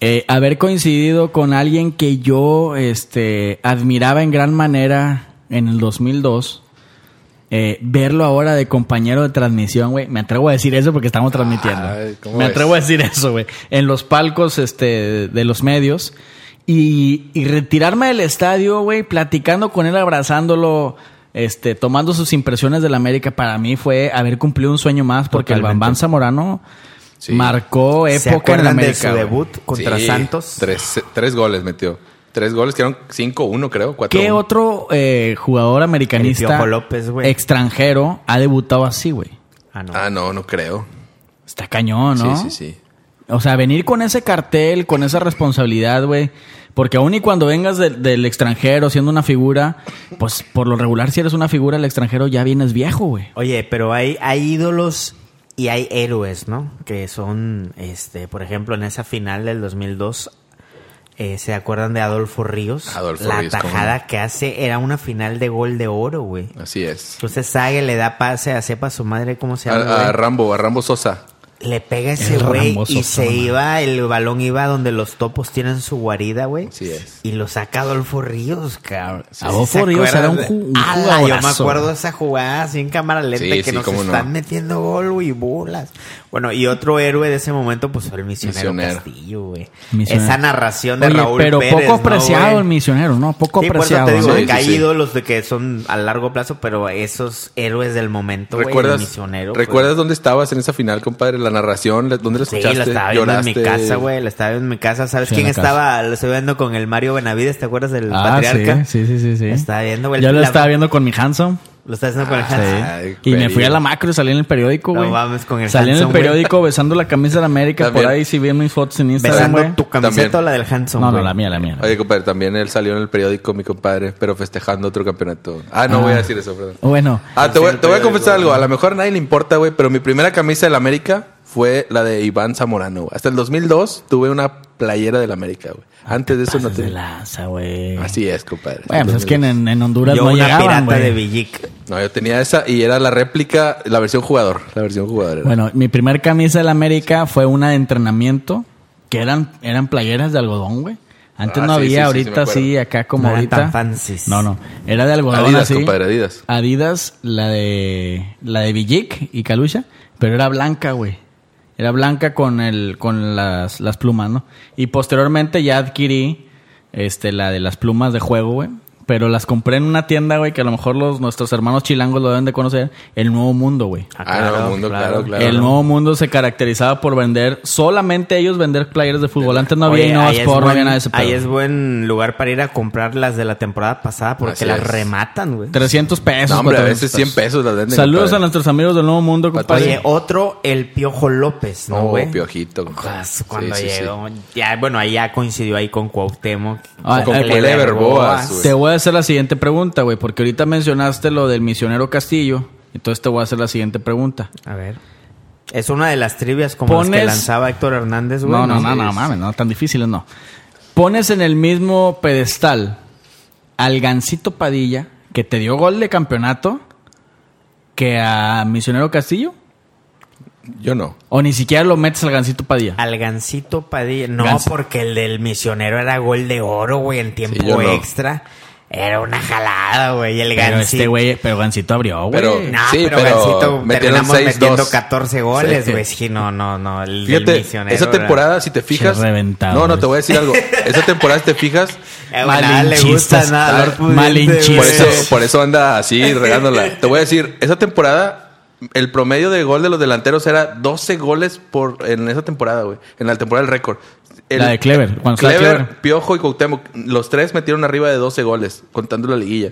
C: eh, haber coincidido con alguien que yo este, admiraba en gran manera en el 2002. eh, verlo ahora de compañero de transmisión, güey. Me atrevo a decir eso porque estamos transmitiendo.
D: Ay, ¿cómo
C: Me
D: ves?
C: atrevo a decir eso, güey. En los palcos este, de los medios. Y, y retirarme del estadio, güey, platicando con él, abrazándolo, este, tomando sus impresiones del América, para mí fue haber cumplido un sueño más porque el
E: Totalmente.
C: Bambán Zamorano
D: Sí.
C: marcó
E: ¿Se
C: época en el
E: acuerdan de
C: América.
E: su
C: güey.
E: debut contra
D: Sí,
E: Santos?
D: Tres, tres goles metió. Tres goles que eran 5-1, creo. 4
C: ¿Qué otro eh, jugador
E: El
C: americanista
E: Piojo López, güey.
C: extranjero ha debutado así, güey?
E: Ah, no.
D: Ah, no, no creo.
C: Está cañón, ¿no?
D: Sí, sí, sí.
C: O sea, venir con ese cartel, con esa responsabilidad, güey. Porque aún y cuando vengas de- del extranjero siendo una figura, pues por lo regular si eres una figura del extranjero ya vienes viejo, güey.
E: Oye, pero hay, hay ídolos y hay héroes, ¿no? Que son, este, por ejemplo, en esa final del 2002, eh, ¿se acuerdan de Adolfo Ríos?
D: Adolfo
E: La
D: Ríos, cómo
E: tajada
D: no.
E: que hace era una final de gol de oro, güey.
D: Así es.
E: Entonces Sague le da pase a sepa su madre, ¿cómo se
D: A,
E: llama? güey?
D: a Rambo, a Rambo Sosa.
E: Le pega ese
C: El
E: güey
C: Rambo
E: y
C: Sosa,
E: se
C: mamá.
E: iba, el balón iba donde los topos tienen su guarida, güey.
D: Así es.
E: Y lo saca Adolfo Ríos, cabrón.
C: Sí. Adolfo Ríos
E: ¿Se
C: era un
E: acuerdan?
C: ju- un
E: Ala, Yo me
C: jugadorazo.
E: acuerdo de esa jugada así en cámara lenta
D: Sí,
E: que
D: sí,
E: nos
D: cómo no.
E: están metiendo gol, güey, bolas. Bueno, y otro héroe de ese momento, pues fue el misionero,
D: Misionero.
E: Castillo, güey.
C: Misionero.
E: Esa narración de
C: Oye,
E: Raúl
C: pero
E: Pérez,
C: poco
E: ¿no,
C: apreciado
E: güey?
C: el misionero, ¿no? Poco
E: Sí, por eso
C: apreciado.
E: te digo,
C: ¿no?
D: Sí,
E: que hay
D: sí, sí.
E: ídolos de que son a largo plazo, pero esos héroes del momento, güey, el
D: ¿Recuerdas,
E: misionero. pues.
D: ¿recuerdas dónde estabas en esa final, compadre? La narración, la- ¿dónde la
E: Sí,
D: escuchaste?
E: la estaba viendo en mi casa, güey. La estaba viendo en mi casa. ¿Sabes
C: Sí, en
E: quién
C: la casa.
E: estaba? Lo estaba viendo con el Mario Benavides, ¿te acuerdas del
C: Ah,
E: patriarca?
C: sí, sí, sí, sí, sí.
E: La estaba viendo, güey.
C: Yo lo
E: La-
C: estaba viendo con mi Hanson.
E: Lo estás haciendo con (laughs) el Ah, Hans.
D: Ay,
C: Y me fui a
D: periódico.
C: la macro y salí en el periódico,
E: No
C: güey.
E: mames, con el
C: Salí en el
E: Hanson, güey.
C: periódico besando la camisa de la América
D: También.
C: por ahí. Si vi mis fotos en Instagram,
E: ¿Besando
C: güey.
E: tu camiseta
D: También.
E: o la del Hanson?
C: No, no,
E: güey?
C: la mía, la mía.
D: Oye, compadre, también él salió en el periódico, mi compadre, pero festejando otro campeonato. Ah, no
C: Ah.
D: voy a decir eso, perdón.
C: Bueno,
D: Ah, te voy, te voy a confesar algo. A lo mejor a nadie le importa, güey, pero mi primera camisa del América fue la de Iván Zamorano. güey. Hasta el 2002 tuve una playera del América, güey. Antes de eso no Ah,
C: pasas Ah, de
D: tenía.
C: lanza, güey.
D: Así es, compadre.
C: Bueno, pues es que en, en Honduras
E: Yo
C: no
E: una
C: llegaban,
E: pirata
C: güey.
E: de Villic.
D: No, yo tenía esa y era la réplica, la versión jugador. La versión jugador. era.
C: Bueno, mi primer camisa de la América fue una de entrenamiento, que eran, eran playeras de algodón, güey. Antes
D: Ah,
C: no
D: sí, sí, sí,
C: había,
D: sí,
C: ahorita
D: me
C: sí,
D: acuerdo.
C: acá como
E: No eran
C: ahorita.
E: tan fancies.
C: No, no. Era de algodón
D: Adidas,
C: así.
D: compadre, Adidas.
C: Adidas, la de la de Villic y Calucha, pero era blanca, güey. Era blanca con el con las, las plumas, ¿no? Y posteriormente ya adquirí este la de las plumas de juego, güey. Pero las compré en una tienda, güey, que a lo mejor los nuestros hermanos chilangos lo deben de conocer, El Nuevo Mundo, güey.
D: Ah, no, mundo, claro, claro.
C: el Nuevo Mundo se caracterizaba por vender, solamente ellos vender playeras de fútbol. Antes no había
E: Oye,
C: Innova
E: ahí es
C: Sport, no había
E: buen-
C: nada de ese
E: Ahí
C: pedo.
E: es buen lugar para ir a comprar las de la temporada pasada porque
D: Así
E: las
D: es.
E: rematan, güey.
C: 300 pesos.
D: No, hombre, a
C: 400
D: veces 100 pesos las venden.
C: Saludos
D: compadre.
C: a nuestros amigos del Nuevo Mundo, compadre.
E: Oye, otro, el Piojo López, ¿no,
D: No,
E: güey?
D: piojito. compadre.
E: Pues, Cuando
D: Sí, sí, sí.
E: llegó, ya, bueno, ahí ya coincidió ahí con Cuauhtémoc.
C: Ah,
E: con
C: eh,
E: Clever
D: Clever Boas,
E: Boas.
D: güey.
C: Te voy a hacer la siguiente pregunta, güey, porque ahorita mencionaste lo del misionero Castillo. Entonces te voy a hacer la siguiente pregunta.
E: A ver. Es una de las trivias como las que
C: Pones-
E: lanzaba Héctor Hernández, güey.
C: No, no, no,
E: Sí,
C: no,
E: sí.
C: mames, no, tan difíciles no. Pones en el mismo pedestal al Gancito Padilla, que te dio gol de campeonato, que a Misionero Castillo,
D: Yo no.
C: o ni siquiera lo metes al Gancito Padilla.
E: Al Gancito Padilla. No,
C: Gans-
E: porque el del misionero era gol de oro, güey, en tiempo
D: Sí, yo no.
E: extra. Era una jalada, güey. El
C: Pero
E: Gancito.
C: este güey, pero Gancito abrió, güey.
D: Pero-
E: No,
D: Sí,
E: pero,
D: pero
E: Gancito
D: metieron
E: terminamos
D: 6-2.
E: metiendo 14 goles,
D: Sí.
E: güey. Sí, no, no, no. El, del
D: Fíjate,
E: misionero.
D: esa
E: era-
D: temporada, si te fijas.
C: Che, reventadores.
D: No, no, te voy a decir algo. Esa temporada, si te fijas,
E: Eh, güey, nada le gusta
C: Malinchistas.
E: nada. al Lord Pudiente,
C: Malinchistas.
D: Ah, Por
E: güey.
D: eso, por eso anda así regándola. Te voy a decir, esa temporada, el promedio de gol de los delanteros era 12 goles por en esa temporada, güey. En la temporada del récord. El-
C: La de Clever, cuando estaba
D: Clever,
C: Clever.
D: Piojo y Cuauhtémoc, los tres metieron arriba de 12 goles, contando la liguilla.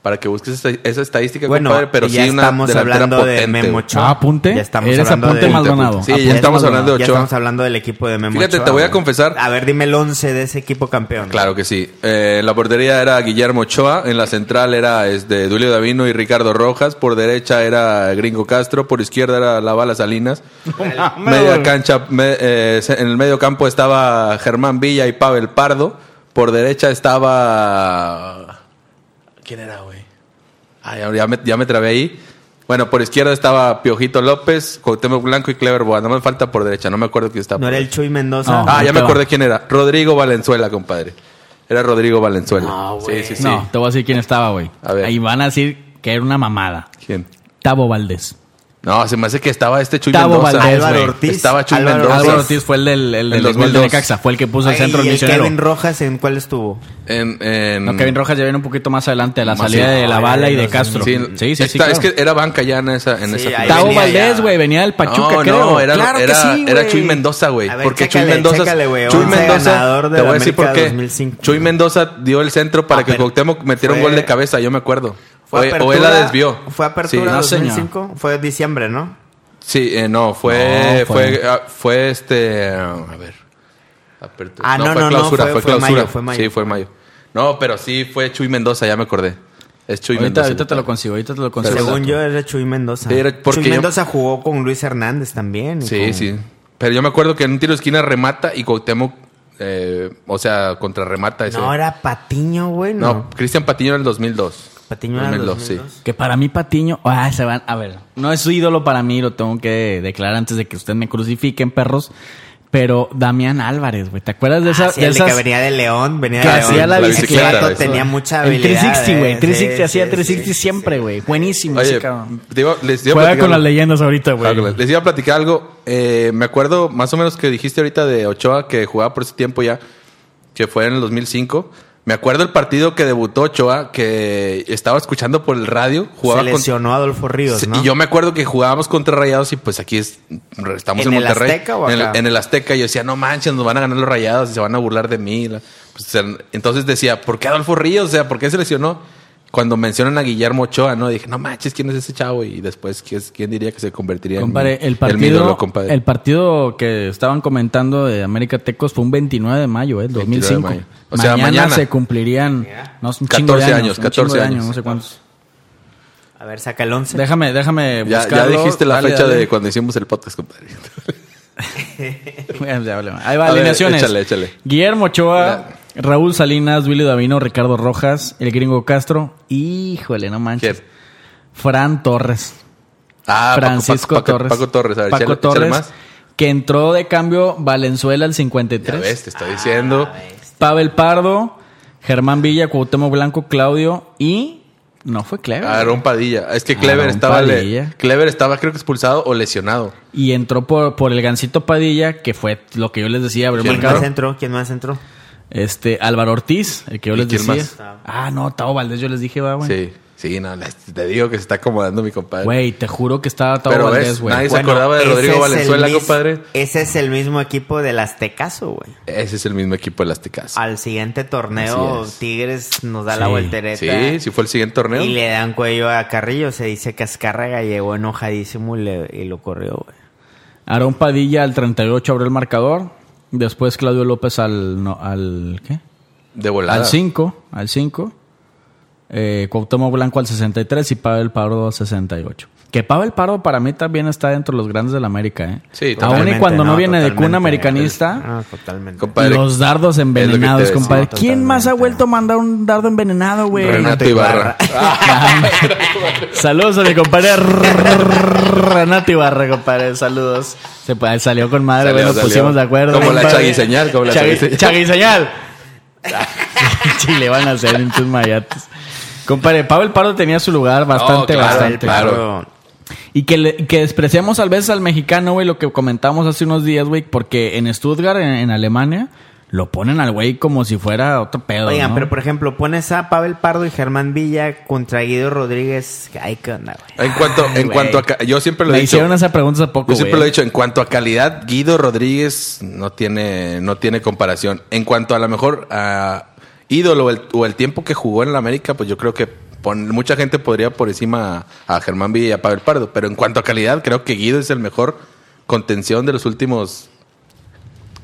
D: Para que busques esta- esa estadística,
E: Bueno,
D: compadre, pero
E: ya
D: sí una
E: estamos
D: delantera
E: hablando de
D: potente,
E: Memo
D: güey.
E: Ochoa.
C: Ah, apunte.
E: Ya estamos
C: Eres
E: hablando
C: apunte
E: de-
C: Maldonado.
D: Sí, ya
E: Apunte
D: estamos hablando de
E: Ya
D: Ochoa.
E: estamos hablando del equipo de Memo
D: Fíjate,
E: Ochoa,
D: te voy a
E: güey.
D: confesar-
E: A ver, dime el 11 de ese equipo campeón.
D: Claro que sí. Eh, en la portería era Guillermo Ochoa, en la central era este, Duilio Davino y Ricardo Rojas, por derecha era Gringo Castro, por izquierda era La Bala Salinas.
C: Ah,
D: Media cancha, me- eh, se- en el medio campo estaba Germán Villa y Pavel Pardo, por derecha estaba... ¿Quién era, güey? Ay, ahora ya, me, ya me trabé ahí. Bueno, por izquierda estaba Piojito López, Cuauhtémoc Blanco y Clever Boa. No me falta por derecha, no me acuerdo quién estaba.
E: ¿No
D: por
E: era el Chuy Mendoza?
C: No.
D: Ah, ya
C: Ahorita
D: me acordé
C: va.
D: quién era. Rodrigo Valenzuela, compadre. Era Rodrigo Valenzuela. sí, sí, sí.
C: Ah, No, te voy a decir quién estaba, güey.
D: A ver.
C: Ahí van a decir que era una mamada.
D: ¿Quién?
C: Tabo Valdés.
D: No, se me hace que estaba este Chuy
C: Tavo
D: Mendoza.
C: Valdés,
E: Álvaro
C: güey.
E: Ortiz.
D: Estaba Chuy
E: Álvaro
D: Mendoza.
C: Álvaro Ortiz fue el del, el
D: En
C: del gol de
D: 2002.
C: Necaxa, fue el que puso el
E: Ay,
C: centro del
E: ¿y el
C: misionero.
E: Kevin Rojas en cuál estuvo?
D: En, en-
C: No, Kevin Rojas ya viene un poquito más adelante, a la
D: Más
C: salida
D: sí.
C: de la
E: Ah,
C: bala y
E: de
C: de
E: los-
C: Castro.
D: Sí,
C: Sí, sí, sí.
D: esta-
C: claro.
D: Es que eh, era banca ya en esa, en
E: Sí,
D: esa
E: ahí
D: final.
C: Tavo
E: venía
C: Valdés,
E: ya.
C: güey, venía del Pachuca,
D: no,
C: creo.
D: no, era,
E: Claro que
D: era,
E: sí,
D: era
E: güey.
D: Chuy Mendoza, güey.
E: A ver,
D: Porque
E: chécale,
D: Chuy Mendoza.
E: chécale, güey,
D: Chuy
E: once
D: Mendoza.
E: ganador de
D: Te
E: la
D: voy a decir por
E: América
D: qué.
E: 2005.
D: Chuy Mendoza dio el centro para que
E: Aper-
D: Cuauhtémoc metiera un
E: fue-
D: gol de cabeza, yo me acuerdo. O, o
E: ¿Fue
D: él la
E: apertura-
D: desvió.
E: ¿Fue apertura
D: Sí.
C: no, señor.
E: 2005? Fue diciembre, ¿no?
D: Sí, eh, no, fue,
C: No,
D: fue,
C: fue-
D: ah, fue este, a ver, apertura.
E: Ah, no,
D: fue
E: no, no,
D: clausura,
E: fue-
D: fue,
E: fue
D: clausura.
E: mayo, fue mayo.
D: Sí, fue mayo. No, pero sí fue Chuy Mendoza, ya me acordé. Es Chuy
C: ahorita,
D: Mendoza.
C: ahorita te lo consigo, ahorita te lo consigo.
D: Pero-
E: Según yo era Chuy Mendoza.
D: Sí, era porque
E: Chuy
D: yo-
E: Mendoza jugó con Luis Hernández también. y
D: Sí,
E: con-
D: sí. Pero yo me acuerdo que en un tiro de esquina remata y Cuauhtémoc, eh, o sea, contrarremata ese.
E: No, era Patiño, güey.
D: No,
E: No,
D: Cristian Patiño era el 2002.
E: Patiño era
D: 2002,
E: 2002.
C: Que para mí Patiño, ah, se van, a ver, no es su ídolo para mí, lo tengo que declarar antes de que ustedes me crucifiquen, perros. Pero Damián Álvarez, güey, ¿te acuerdas de esa?
E: Ah, sí, el de que
C: esas-
E: venía de León, venía
C: que
E: de
C: hacía
E: León.
C: la
D: La
C: bicicleta.
D: bicicleta,
E: Ese vato tenía mucha
C: El
E: habilidad.
C: 360, güey.
E: eh.
C: 360,
E: Sí,
C: hacía
E: sí,
C: 360
E: sí,
C: siempre, güey. Buenísimo ese
D: Oye,
C: cabrón.
D: te iba- les iba a
C: Juega
D: platicar
C: con las
D: algo.
C: leyendas ahorita,
D: Claro que
C: güey.
D: les- Les iba a platicar algo. Eh, me acuerdo más o menos que dijiste ahorita de Ochoa, que jugaba por ese tiempo ya, que fue en el 2005. Me acuerdo el partido que debutó Ochoa, que estaba escuchando por el radio. Jugaba
E: Se
D: con-
E: lesionó a Adolfo Ríos,
D: Sí,
E: ¿no?
D: Y yo me acuerdo que jugábamos contra Rayados y pues aquí es- estamos en,
E: ¿En el
D: Monterrey.
E: Azteca o
D: en, el,
E: acá?
D: en el Azteca. Y yo decía, no manches, nos van a ganar los Rayados y se van a burlar de mí. La- pues, o sea, entonces decía, ¿por qué Adolfo Ríos? O sea, ¿por qué se lesionó? cuando mencionan a Guillermo Ochoa, ¿no? Dije, no manches, ¿quién es ese chavo? Y después, ¿quién, quién diría que se convertiría
C: Compadre,
D: en
C: el
D: mi
C: partido,
D: ídolo, compadre?
C: el partido que estaban comentando de América Tecos fue un 29 de mayo, eh, el
D: 29 de
C: 2005.
D: mayo. O sea,
C: mañana,
D: mañana.
C: se cumplirían no, un chingo
D: 14
C: de
D: años,
C: un chingo
D: 14
C: de años,
D: años.
C: no sé cuántos.
E: A ver, saca el 11.
C: Déjame, déjame
D: ya, ya
C: buscarlo.
D: dijiste la
C: Dale,
D: fecha
C: dale.
D: de cuando hicimos el podcast, compadre. (laughs)
C: Bueno, (laughs) ya hablemos. Ahí va,
D: A ver,
C: alineaciones.
D: échale, échale.
C: Guillermo Ochoa,
D: Ya.
C: Raúl Salinas, Willy Davino, Ricardo Rojas, el gringo Castro. Híjole, no manches.
D: ¿Quién?
C: Fran Torres.
D: Ah, Paco-
C: Francisco
D: Paco, Paco-
C: Torres.
D: Paco Torres, a ver,
C: Paco
D: échale- échale
C: Torres,
D: más.
C: que entró de cambio Valenzuela al
D: Ya
C: 53.
D: ves, este. te estoy diciendo.
E: Ah,
C: Pavel Pardo, Germán Villa, Cuauhtémoc Blanco, Claudio y... No fue Clever.
D: Aarón Padilla. Es que Clever
C: Aarón
D: estaba le-
C: Padilla. Ah,
D: Clever estaba creo que expulsado o lesionado.
C: Y entró por, por el Gancito Padilla, que fue lo que yo les decía, abrió
D: ¿Quién
E: ¿Quién
D: Marcaro.
E: más
C: mercado.
E: entró? ¿Quién más entró?
C: Este, Álvaro Ortiz, el que yo
D: ¿Y
C: les
D: quién
C: decía.
D: más?
C: Ah, no, Tao Valdés, yo les dije, va, güey.
D: Sí, sí, no, le- te digo que se está acomodando mi compadre.
C: Güey, te juro que estaba Tao
D: Pero
C: Valdés,
D: ves,
C: güey.
D: nadie se acordaba de
E: ese
D: Rodrigo
E: es el
D: Valenzuela,
E: mis-
D: compadre.
E: Ese es el mismo equipo del Aztecaso, güey.
D: Ese es el mismo equipo del Aztecas.
E: Al siguiente torneo,
D: Así es.
E: Tigres nos da la
C: Sí.
E: voltereta.
D: Sí, sí fue el siguiente torneo.
E: Y le dan cuello a Carrillo. Se dice que Azcárraga llegó enojadísimo y, le- y lo corrió, güey.
C: Aarón Padilla al 38 abrió el marcador. Después Claudio López al... no, al ¿Qué?
D: De volada.
C: Al 5, al 5. Eh, Cuauhtémoc Blanco al 63 y Pavel Pardo al 68. Que Pavel Pardo para mí también está dentro de los grandes del América, ¿eh?
D: Sí,
C: Aún
D: totalmente,
C: y cuando no,
E: no,
C: viene de
E: totalmente.
C: cuna americanista,
E: Ah, totalmente.
D: Compadre,
C: los dardos envenenados,
D: decía.
C: compadre.
E: No,
C: ¿Quién más ha
E: totalmente.
C: vuelto a mandar un dardo envenenado, güey?
D: Renato Ibarra.
C: Saludos a mi compadre Renato Ibarra, compadre. Saludos. Se pa- salió con madre,
D: Salió,
C: güey. Nos
D: salió.
C: pusimos de acuerdo.
D: Como la
C: compadre.
D: chaguiseñal, como la
C: Chagui- chaguiseñal.
D: chaguiseñal.
C: (laughs) Chile van a hacer en tus mayates. Compadre, Pavel Pardo tenía su lugar bastante,
D: claro,
C: bastante.
D: claro.
C: Y que, le- que despreciamos al veces al mexicano, güey, lo que comentamos hace unos días, güey, porque en Stuttgart, en, en Alemania, lo ponen al güey como si fuera otro pedo.
E: Oigan,
C: ¿no?
E: pero por ejemplo, pones a Pavel Pardo y Germán Villa contra Guido Rodríguez. Ay, qué onda, güey.
D: Ah, en cuanto, en
C: güey.
D: cuanto a... ca- Yo siempre lo
C: Me
D: he dicho.
C: hicieron esa pregunta hace poco,
D: Yo siempre
C: güey.
D: lo he dicho, en cuanto a calidad, Guido Rodríguez no tiene, no tiene comparación. En cuanto a lo mejor a ídolo o el, o el tiempo que jugó en la América, pues yo creo que pon- mucha gente podría por encima a, a Germán Villa y a Pavel Pardo. Pero en cuanto a calidad, creo que Guido es el mejor contención de los últimos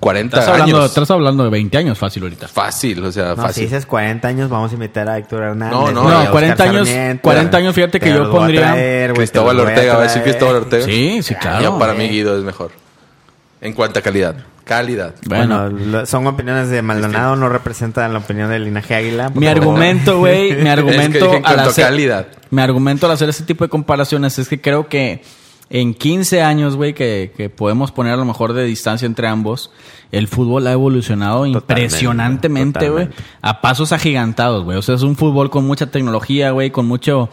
D: 40
C: Estás hablando,
D: años.
C: estás hablando de 20 años fácil ahorita.
D: Fácil, o sea,
E: No, si
D: fácil.
E: dices 40 años, vamos a invitar a Héctor Hernández.
D: No, no,
E: güey,
D: no,
E: a Oscar
C: 40 años- 40 años, fíjate que
E: te
C: yo
E: los voy a
C: pondría-
E: traer, güey, te los
D: Cristóbal
E: voy a
D: Ortega, va a decir
E: traer.
D: Cristóbal Ortega.
C: Sí, sí, claro.
D: Yo para mí Guido es mejor. En cuanto a calidad. Calidad.
C: Bueno,
E: Bueno, lo- son opiniones de Maldonado, no representan la opinión del linaje Águila. por
C: mi
E: favor.
C: argumento, güey, mi
D: Es que
C: argumento
D: dije en
C: al
D: cuanto a
C: hacer,
D: calidad.
C: mi argumento al hacer ese tipo de comparaciones es que creo que en 15 años, güey, que, que podemos poner a lo mejor de distancia entre ambos, el fútbol ha evolucionado impresionantemente, güey,
E: totalmente.
C: a pasos agigantados, güey. O sea, es un fútbol con mucha tecnología, güey, con mucho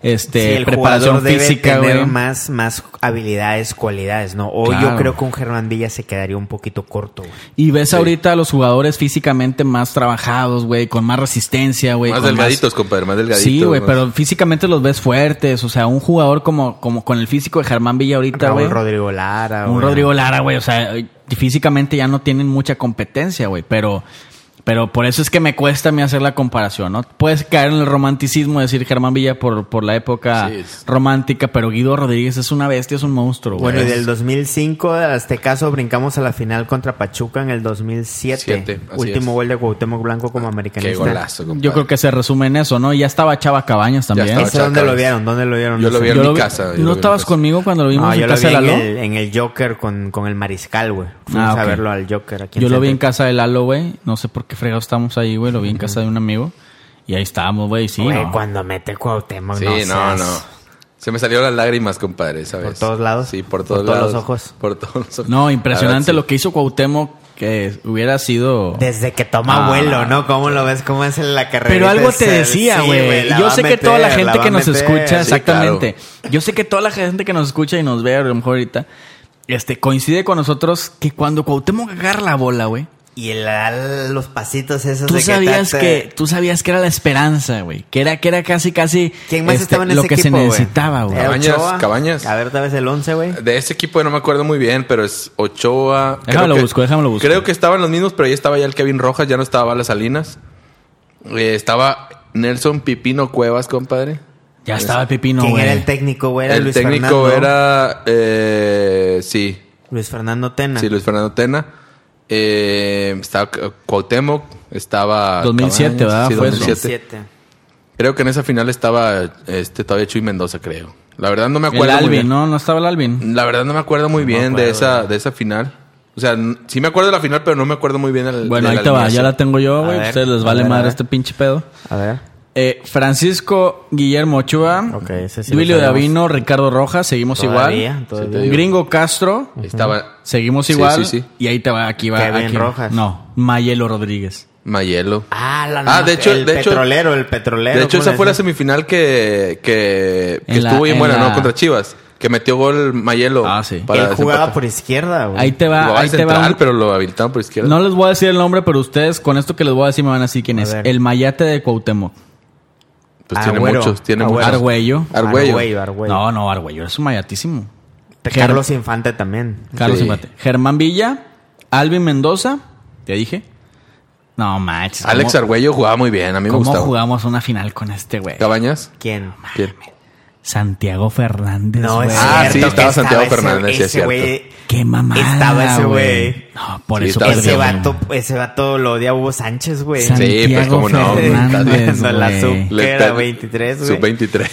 C: este
E: Sí, el
C: preparación
E: jugador debe
C: física,
E: tener
C: güey.
E: más, más habilidades, cualidades, ¿no? O
C: Claro.
E: yo creo que un Germán Villa se quedaría un poquito corto, güey.
C: Y ves ahorita a los jugadores físicamente más trabajados, güey, con más resistencia, güey.
D: más
C: con
D: delgaditos, compadre, más delgaditos.
C: Sí, güey,
D: más-
C: pero físicamente los ves fuertes. O sea, un jugador como, como con el físico de Germán Villa ahorita,
E: Raúl
C: güey.
E: Rodrigo Lara,
C: Un
E: güey.
C: Rodrigo Lara, güey. O sea, físicamente ya no tienen mucha competencia, güey. Pero, pero por eso es que me cuesta a mí hacer la comparación, ¿no? Puedes caer en el romanticismo, decir Germán Villa por, por la época
D: Sí, es-
C: romántica, pero Guido Rodríguez es una bestia, es un monstruo, güey.
E: Bueno, y del 2005, a este caso, brincamos a la final contra Pachuca en el 2007.
D: Siete, así
E: Último
D: es. Ah,
E: gol de Cuauhtémoc Blanco como americanista.
D: Qué golazo, compadre.
C: Yo creo que se resume en eso, ¿no? Ya estaba Chava Cabañas también.
D: estaba
E: ¿Ese dónde
D: Chacales.
E: lo vieron? ¿Dónde lo vieron?
D: Yo
E: No
D: lo
E: sé.
D: vi en
C: Yo
D: mi
C: lo vi-
D: casa. yo lo
C: ¿No
D: vi en mi
C: estabas
D: casa.
C: conmigo cuando lo vimos
E: No,
C: en
E: yo lo vi
C: casa de
E: en
C: Lalo?
E: el, en el Joker con, con el Mariscal, güey. Fuimos
C: Ah, ok.
E: a verlo al Joker aquí
C: Yo lo vi en
E: Centro.
C: casa de Lalo, güey. No sé por qué fregados estábamos ahí, güey. Lo vi en casa de un amigo. Y ahí estábamos, güey. Sí,
E: Güey,
C: no.
E: cuando mete Cuauhtémoc,
D: Sí,
E: no
D: no,
E: seas-
D: no. Se me salieron las lágrimas, compadre, ¿sabes?
E: ¿Por todos lados?
D: Sí, por
E: ¿Por
D: todos
E: todos
D: lados.
E: los ojos?
D: Por todos los Ah, ojos.
C: No, impresionante
D: La verdad,
C: lo que hizo Cuauhtémoc que hubiera sido...
E: Desde que toma
C: Ah.
E: vuelo, ¿no? ¿Cómo lo ves? ¿Cómo es en la carrera?
C: Pero algo te
E: Sí,
C: decía, güey.
E: la
C: yo
E: va a
C: sé que toda la
E: meter,
C: gente
E: va
C: que
E: a
C: nos
E: meter.
C: escucha,
D: Sí,
C: exactamente. Yo sé que toda la gente que nos escucha y nos ve a lo mejor ahorita, este, coincide con nosotros que cuando Cuauhtémoc agarra la bola, güey,
E: Y el- los pasitos esos
C: tú
E: de que
C: sabías
E: te-
C: que, tú sabías que era la esperanza, güey. Que era, que era casi, casi
E: ¿Quién más
C: este,
E: estaba en
C: lo
E: ese
C: que
E: equipo,
C: se
E: güey?
C: necesitaba, güey.
E: Era
D: Cabañas,
E: Ochoa.
D: Cabañas.
E: A ver, tal vez el 11, güey.
D: De ese equipo no me acuerdo muy bien, pero es Ochoa.
C: Déjame lo
D: que-
C: busco, déjame lo busco.
D: Creo que estaban los mismos, pero ya estaba ya el Kevin Rojas, ya no estaba Balas Salinas. Eh, estaba Nelson Pipino Cuevas, compadre.
C: Ya estaba Pepino,
E: ¿Quién
C: güey.
E: era el técnico, güey? Era
D: el
E: Luis
D: técnico
E: Fernando.
D: era. eh, sí,
E: Luis Fernando Tena.
D: sí, Luis Fernando Tena. Eh, estaba Cu- Cuauhtémoc. Estaba.
C: 2007,
D: Cabañas,
C: ¿verdad?
D: Sí,
C: Fue eso.
D: 2007. Creo que en esa final estaba este, todavía Chuy Mendoza, creo. La verdad no me
C: El
D: acuerdo. muy bien.
C: Alvin, no, no estaba el
E: Mm,
C: Alvin.
D: La verdad no me acuerdo muy bien de, esa, de esa final. O sea, n- sí me acuerdo de la final, pero no me acuerdo muy bien del-
C: Bueno,
D: de
C: ahí te va, ya la tengo yo,
E: A
C: güey.
E: ver,
C: Ustedes les vale
E: ver, a
C: madre
E: ver.
C: este pinche pedo.
E: A ver.
C: Eh, Francisco Guillermo Ochoa,
E: Ok, ese sí lo
C: Duilio
E: sabemos.
C: Davino, Ricardo Rojas, seguimos
E: Todavía,
C: igual.
E: todavía.
D: Sí, te digo.
C: Gringo Castro,
D: Estaba
C: seguimos
D: Sí,
C: igual.
D: sí, sí.
C: Y ahí te va, aquí va.
E: Kevin
C: aquí.
E: Rojas.
C: No, Mayelo Rodríguez.
D: Mayelo.
E: Ah, la
D: Ah, de hecho-
E: el
D: de hecho-
E: petrolero, el petrolero.
D: De hecho,
E: ¿cómo
D: esa
E: le
D: fue la
E: decían?
D: semifinal que, que, que
C: En la-
D: estuvo bien
C: en
D: buena,
C: la-
D: ¿no? Contra Chivas. Que metió gol Mayelo.
C: Ah, sí.
D: para
E: Él jugaba
D: desempatar.
E: por izquierda, güey.
C: Ahí te
D: Jugaba
C: va,
D: de
C: ahí te
D: central,
C: va. un-
D: pero lo habilitaron por izquierda.
C: No les voy a decir el nombre, pero ustedes con esto que les voy a decir me van a decir quién
E: A
C: es.
E: ver.
C: El Mayate de Cuauhtémoc.
D: Pues tiene
E: Agüero.
D: muchos, tiene
E: Agüero.
D: muchos.
C: Arguello.
D: Arguello.
E: Arguello, Arguello.
C: No, no, Arguello, es un mayatísimo.
E: Te-
C: Ger-
E: Carlos Infante también.
C: Carlos
D: Sí.
C: Infante. Germán Villa, Alvin Mendoza, te dije. No manches.
D: Alex
C: ¿cómo,
D: Arguello jugaba muy bien, a mí me
C: ¿Cómo
D: gustaba.
C: jugamos una final con este güey?
D: ¿Cabañas?
E: ¿Quién?
D: ¿Quién?
C: Santiago Fernández.
E: No,
C: güey.
E: es
D: Ah,
E: cierto
D: sí,
E: que
D: estaba Santiago
E: ese-
D: Fernández, sí, es
E: ese güey-
D: cierto.
C: Qué mamada.
E: Estaba ese güey.
C: No, por
D: Sí,
C: eso.
D: estaba
E: Ese
D: Dios,
E: vato, ese vato lo odia Hugo Sánchez, güey.
D: Sí, pues,
C: Santiago
D: cómo no, güey.
C: Fernández,
E: No, la
C: güey.
E: sub-
D: Le
E: ¿Qué era?
D: pe-
E: 23, güey.
D: Sub 23.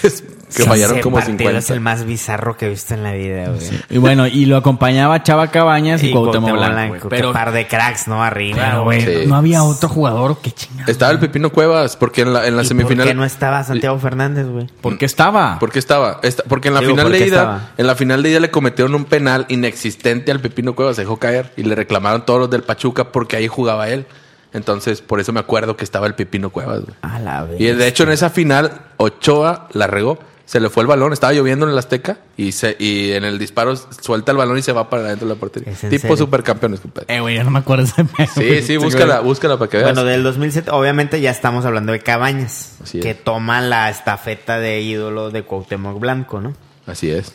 D: Que
E: Ese
D: fallaron como
E: partido
D: 50.
E: es el más bizarro que he visto en la vida, güey.
C: Y bueno, y lo acompañaba Chava Cabañas y, Cuauhtémoc, Blanco. güey.
E: Pero
C: Pero,
E: par de cracks, ¿no? Arriba,
C: pero,
E: güey.
D: Sí.
C: no había otro jugador que chingado.
D: Estaba el Pepino Cuevas, porque en la, en la
E: ¿Y
D: semifinal.
E: ¿Por qué no estaba Santiago Fernández, güey?
C: ¿Por qué estaba?
D: ¿Por qué estaba? Esta- porque en la
E: Digo,
D: final
E: ¿por
D: de
E: qué
D: ida,
E: estaba?
D: en la final de ida le cometieron un penal inexistente al Pepino Cuevas, se dejó caer y le reclamaron todos los del Pachuca porque ahí jugaba él. Entonces, por eso me acuerdo que estaba el Pepino Cuevas. güey.
E: A la vez.
D: Y de hecho en esa final Ochoa la regó, se le fue el balón, estaba lloviendo en el Azteca y se y en el disparo suelta el balón y se va para adentro de la portería.
E: ¿Es en
D: Tipo
E: serio?
D: supercampeones, compadre.
C: Eh, güey, yo no me acuerdo de ese
E: (laughs)
D: Sí, sí, búscala, búscala para que veas.
E: Bueno, del 2007, obviamente ya estamos hablando de Cabañas,
D: Así
E: que
D: es.
E: toma la estafeta de ídolo de Cuauhtémoc Blanco, ¿no?
D: Así es.